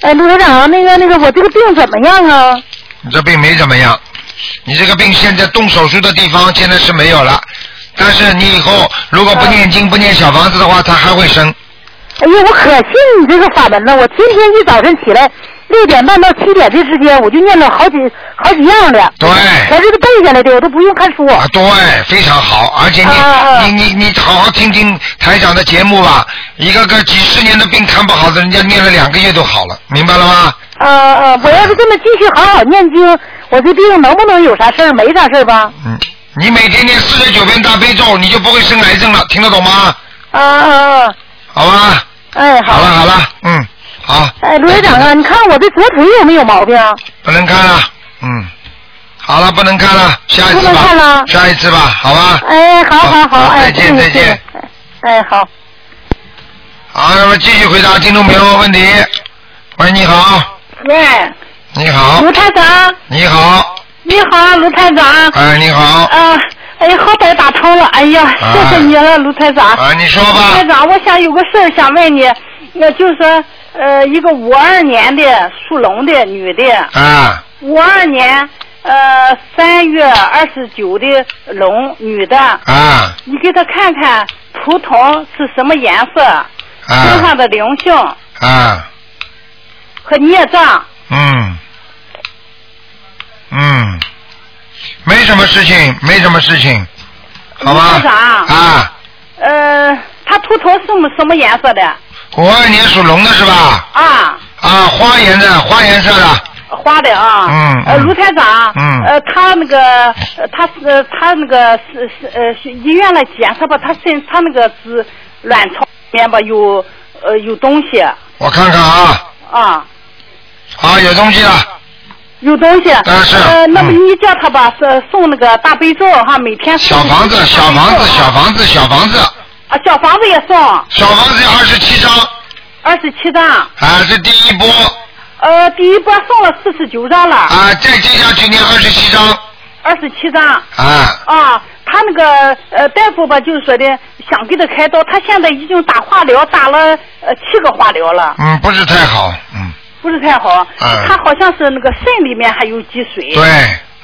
S13: 哎，卢台长，那个那个，我这个病怎么样啊？
S1: 你这病没怎么样，你这个病现在动手术的地方现在是没有了，但是你以后如果不念经、不念小房子的话，它还会生。
S13: 哎呀，我可信你这个法门了！我天天一早晨起来六点半到七点这之间，我就念了好几好几样的，
S1: 对，
S13: 全是都背下来的，我都不用看书。
S1: 啊，对，非常好，而
S13: 啊
S1: 且你、你你你好好听听台长的节目吧，一个个几十年的病看不好的，人家念了两个月都好了，明白了吗？
S13: 呃呃，我要是这么继续好好念经，我这病能不能有啥事儿？没啥事儿吧？
S1: 你每天念四十九遍大悲咒，你就不会生癌症了，听得懂吗？
S13: 啊啊啊！
S1: 好吧，
S13: 哎，好了
S1: 好了，嗯，好，
S13: 哎，卢院长啊，你看我这左腿有没有毛病？啊
S1: 不能看了，嗯，好了，不能看了，下一次吧，
S13: 不能看了
S1: 下一次吧，好吧。
S13: 哎，好好好，哎，
S1: 再见
S13: 谢
S1: 再
S13: 谢
S1: 见。。
S13: 哎，好。
S1: 好，那么继续回答听众朋友问题。喂，你好，
S14: 喂，
S1: 你好，
S14: 卢台长，
S1: 你好，
S14: 你
S13: 啊
S14: 好，卢台长。
S1: 哎，你好，
S14: 啊，哎呀，好歹打通了，哎呀，
S1: 啊
S14: 谢谢你了，卢台长。
S1: 啊你说吧
S14: 卢台长，我想有个事儿想问你，那就是呃，一个五二年的属龙的女的，
S1: 啊，
S14: 五二年呃三月二十九的龙女的，
S1: 啊，
S14: 你给她看看图腾是什么颜色，身上的灵性
S1: 啊，
S14: 和孽障。
S1: 嗯，嗯，没什么事情，没什么事情，好吧
S14: 卢台？长
S1: 啊，
S14: 呃，她图腾是什么什么颜色的？
S1: 五二年属龙的是吧？
S14: 啊。
S1: 啊，花颜的，花颜色的，
S14: 花的啊，
S1: 嗯
S14: 呃，
S1: 嗯
S14: 卢台长，
S1: 嗯
S14: 呃，他那个，呃他是呃他那个是是呃，是医院来检查吧，他身他那个子卵巢里面吧有呃有东西
S1: 我看看啊，
S14: 啊，
S1: 啊，有东西了，
S14: 有东西，
S1: 啊是
S14: 呃，那么你叫他吧，是送那个大悲咒哈，每天
S1: 小房子，小房子，小房子，小房子，
S14: 啊，小房子也送
S1: 小房子二十七张，
S14: 二十七张，
S1: 啊，这第一波，
S14: 呃，第一波送了四十九张了，
S1: 啊，再接下去念二十七张，
S14: 二十七张，
S1: 啊，
S14: 啊，他那个呃大夫吧，就是说的想给他开刀，他现在已经打化疗打了呃七个化疗了，
S1: 嗯，不是太好，
S14: 不是太好。
S1: 嗯
S14: 他好像是那个肾里面还有积水。
S1: 对，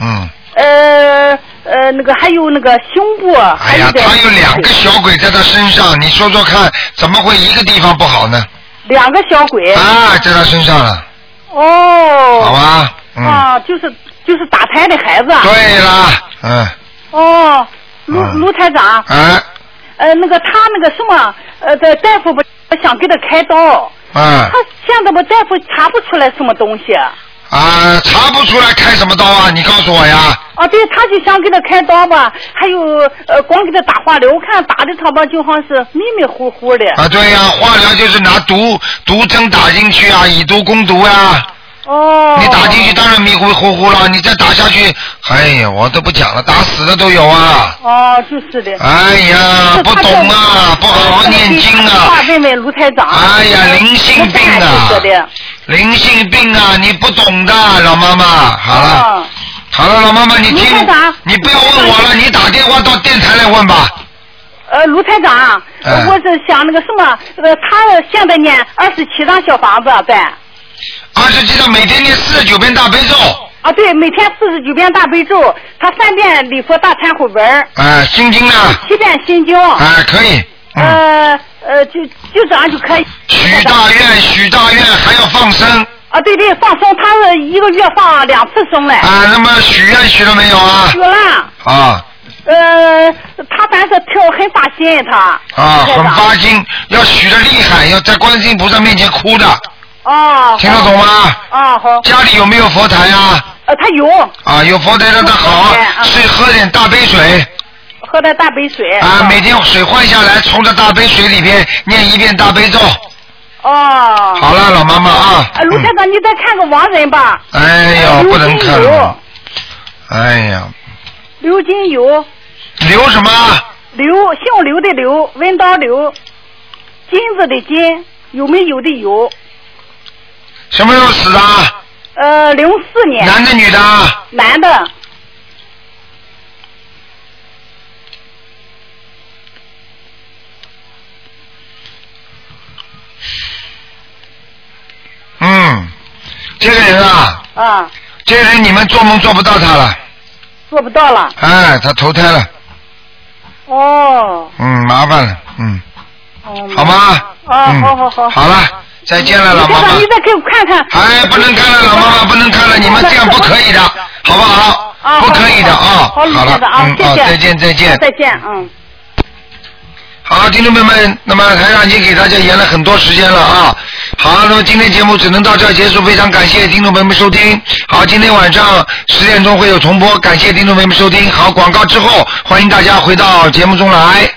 S1: 嗯，
S14: 呃呃，那个还有那个胸部。啊
S1: 哎呀，他有两个小鬼在他身上，你说说看，怎么会一个地方不好呢？
S14: 两个小鬼。
S1: 啊，在他身上了，
S14: 哦。
S1: 好。吧，嗯，
S14: 啊，就是就是打胎的孩子。啊
S1: 对嗯啦，嗯，
S14: 哦，卢卢台长。
S1: 啊。
S14: 呃，那个他那个什么，呃，的大夫不想给他开刀，
S1: 嗯，
S14: 他现在吧大夫查不出来什么东西。
S1: 啊，查不出来开什么刀啊？你告诉我呀，
S14: 啊，对，他就想给他开刀吧，还有呃，光给他打化疗，我看打的他吧，就好像是迷迷糊糊的。
S1: 啊，对呀、化疗就是拿毒毒针打进去啊，以毒攻毒呀、啊
S14: 哦。
S1: 你打进去当然迷糊糊糊了，你再打下去，哎呀，我都不讲了，打死的都有啊。
S14: 哦，就是的。
S1: 哎呀，不懂啊，不好好念经啊，
S14: 话问问卢台长。哎
S1: 呀灵性病啊
S14: 说的。
S1: 灵性病啊，你不懂的，老妈妈。好了，
S14: 啊。
S1: 好了，老妈妈，你
S14: 卢
S1: 听
S14: 台长，
S1: 你不要问我了，啊你打电话到电台来问吧。
S14: 呃，卢台长，呃
S1: 哎
S14: 我是想那个什么，呃，他现在念二十七张小房子啊在。
S1: 二十七章每天念四十九遍大悲咒，
S14: 啊，对，每天四十九遍大悲咒，他三遍礼佛大忏悔文，
S1: 哎，心经呢？
S14: 七遍心经。
S1: 哎，可以。
S14: 呃呃，就就这样就可以。
S1: 许大愿，许大愿，还要放生。
S14: 啊，对对，放生，他是一个月放两次生嘞。
S1: 啊，那么许愿许了没有啊
S14: 许？了，
S1: 啊
S14: 呃，他反正跳很发心，他。
S1: 啊，
S14: 台
S1: 很
S14: 长
S1: 发心，要许的厉害，要在观世音菩萨面前哭的，
S14: 哦。
S1: 听得懂吗？
S14: 啊，好。
S1: 家里有没有佛台啊？
S14: 呃，他有
S1: 啊，有佛台让他好好
S14: 嗯
S1: 是喝点大杯水
S14: 喝的大杯水。
S1: 啊，每天水换下来，冲着大杯水里边念一遍大悲咒。
S14: 哦。
S1: 好了，老妈妈啊，
S14: 呃，卢台长，你再看个亡人吧，
S1: 哎呦，不能看了，哎呀，
S14: 刘金友，
S1: 留什么？
S14: 刘姓刘的刘，文刀刘，金子的金，有没有的有，
S1: 什么时候死的？
S14: 呃，零四年。
S1: 男的女的？啊
S14: 男的，
S1: 嗯，这个人啊，
S14: 啊，
S1: 这个人你们做梦做不到他了，
S14: 做不到了。
S1: 哎，他投胎了，
S14: 哦，
S1: 嗯，麻烦了，嗯，
S14: 哦
S1: 好吗？嗯
S14: 哦，好好好。
S1: 好了，再见了，老妈妈
S14: 你。再给我看看。
S1: 哎，不能看了，老妈妈不能看了，你们这样不可以的，好不好？
S14: 啊，
S1: 不可以的啊。
S14: 好，
S1: 好
S14: 好
S1: 了
S14: 的，啊
S1: 嗯，，
S14: 谢
S1: 哦
S14: 谢。
S1: 再见再见。
S14: 再见，嗯。
S1: 好，听众朋友们，那么台长已经给大家延了很多时间了啊。好，那么今天节目只能到这儿结束，非常感谢听众朋友们收听。好，今天晚上十点钟会有重播，感谢听众朋友们收听。好，广告之后，欢迎大家回到节目中来。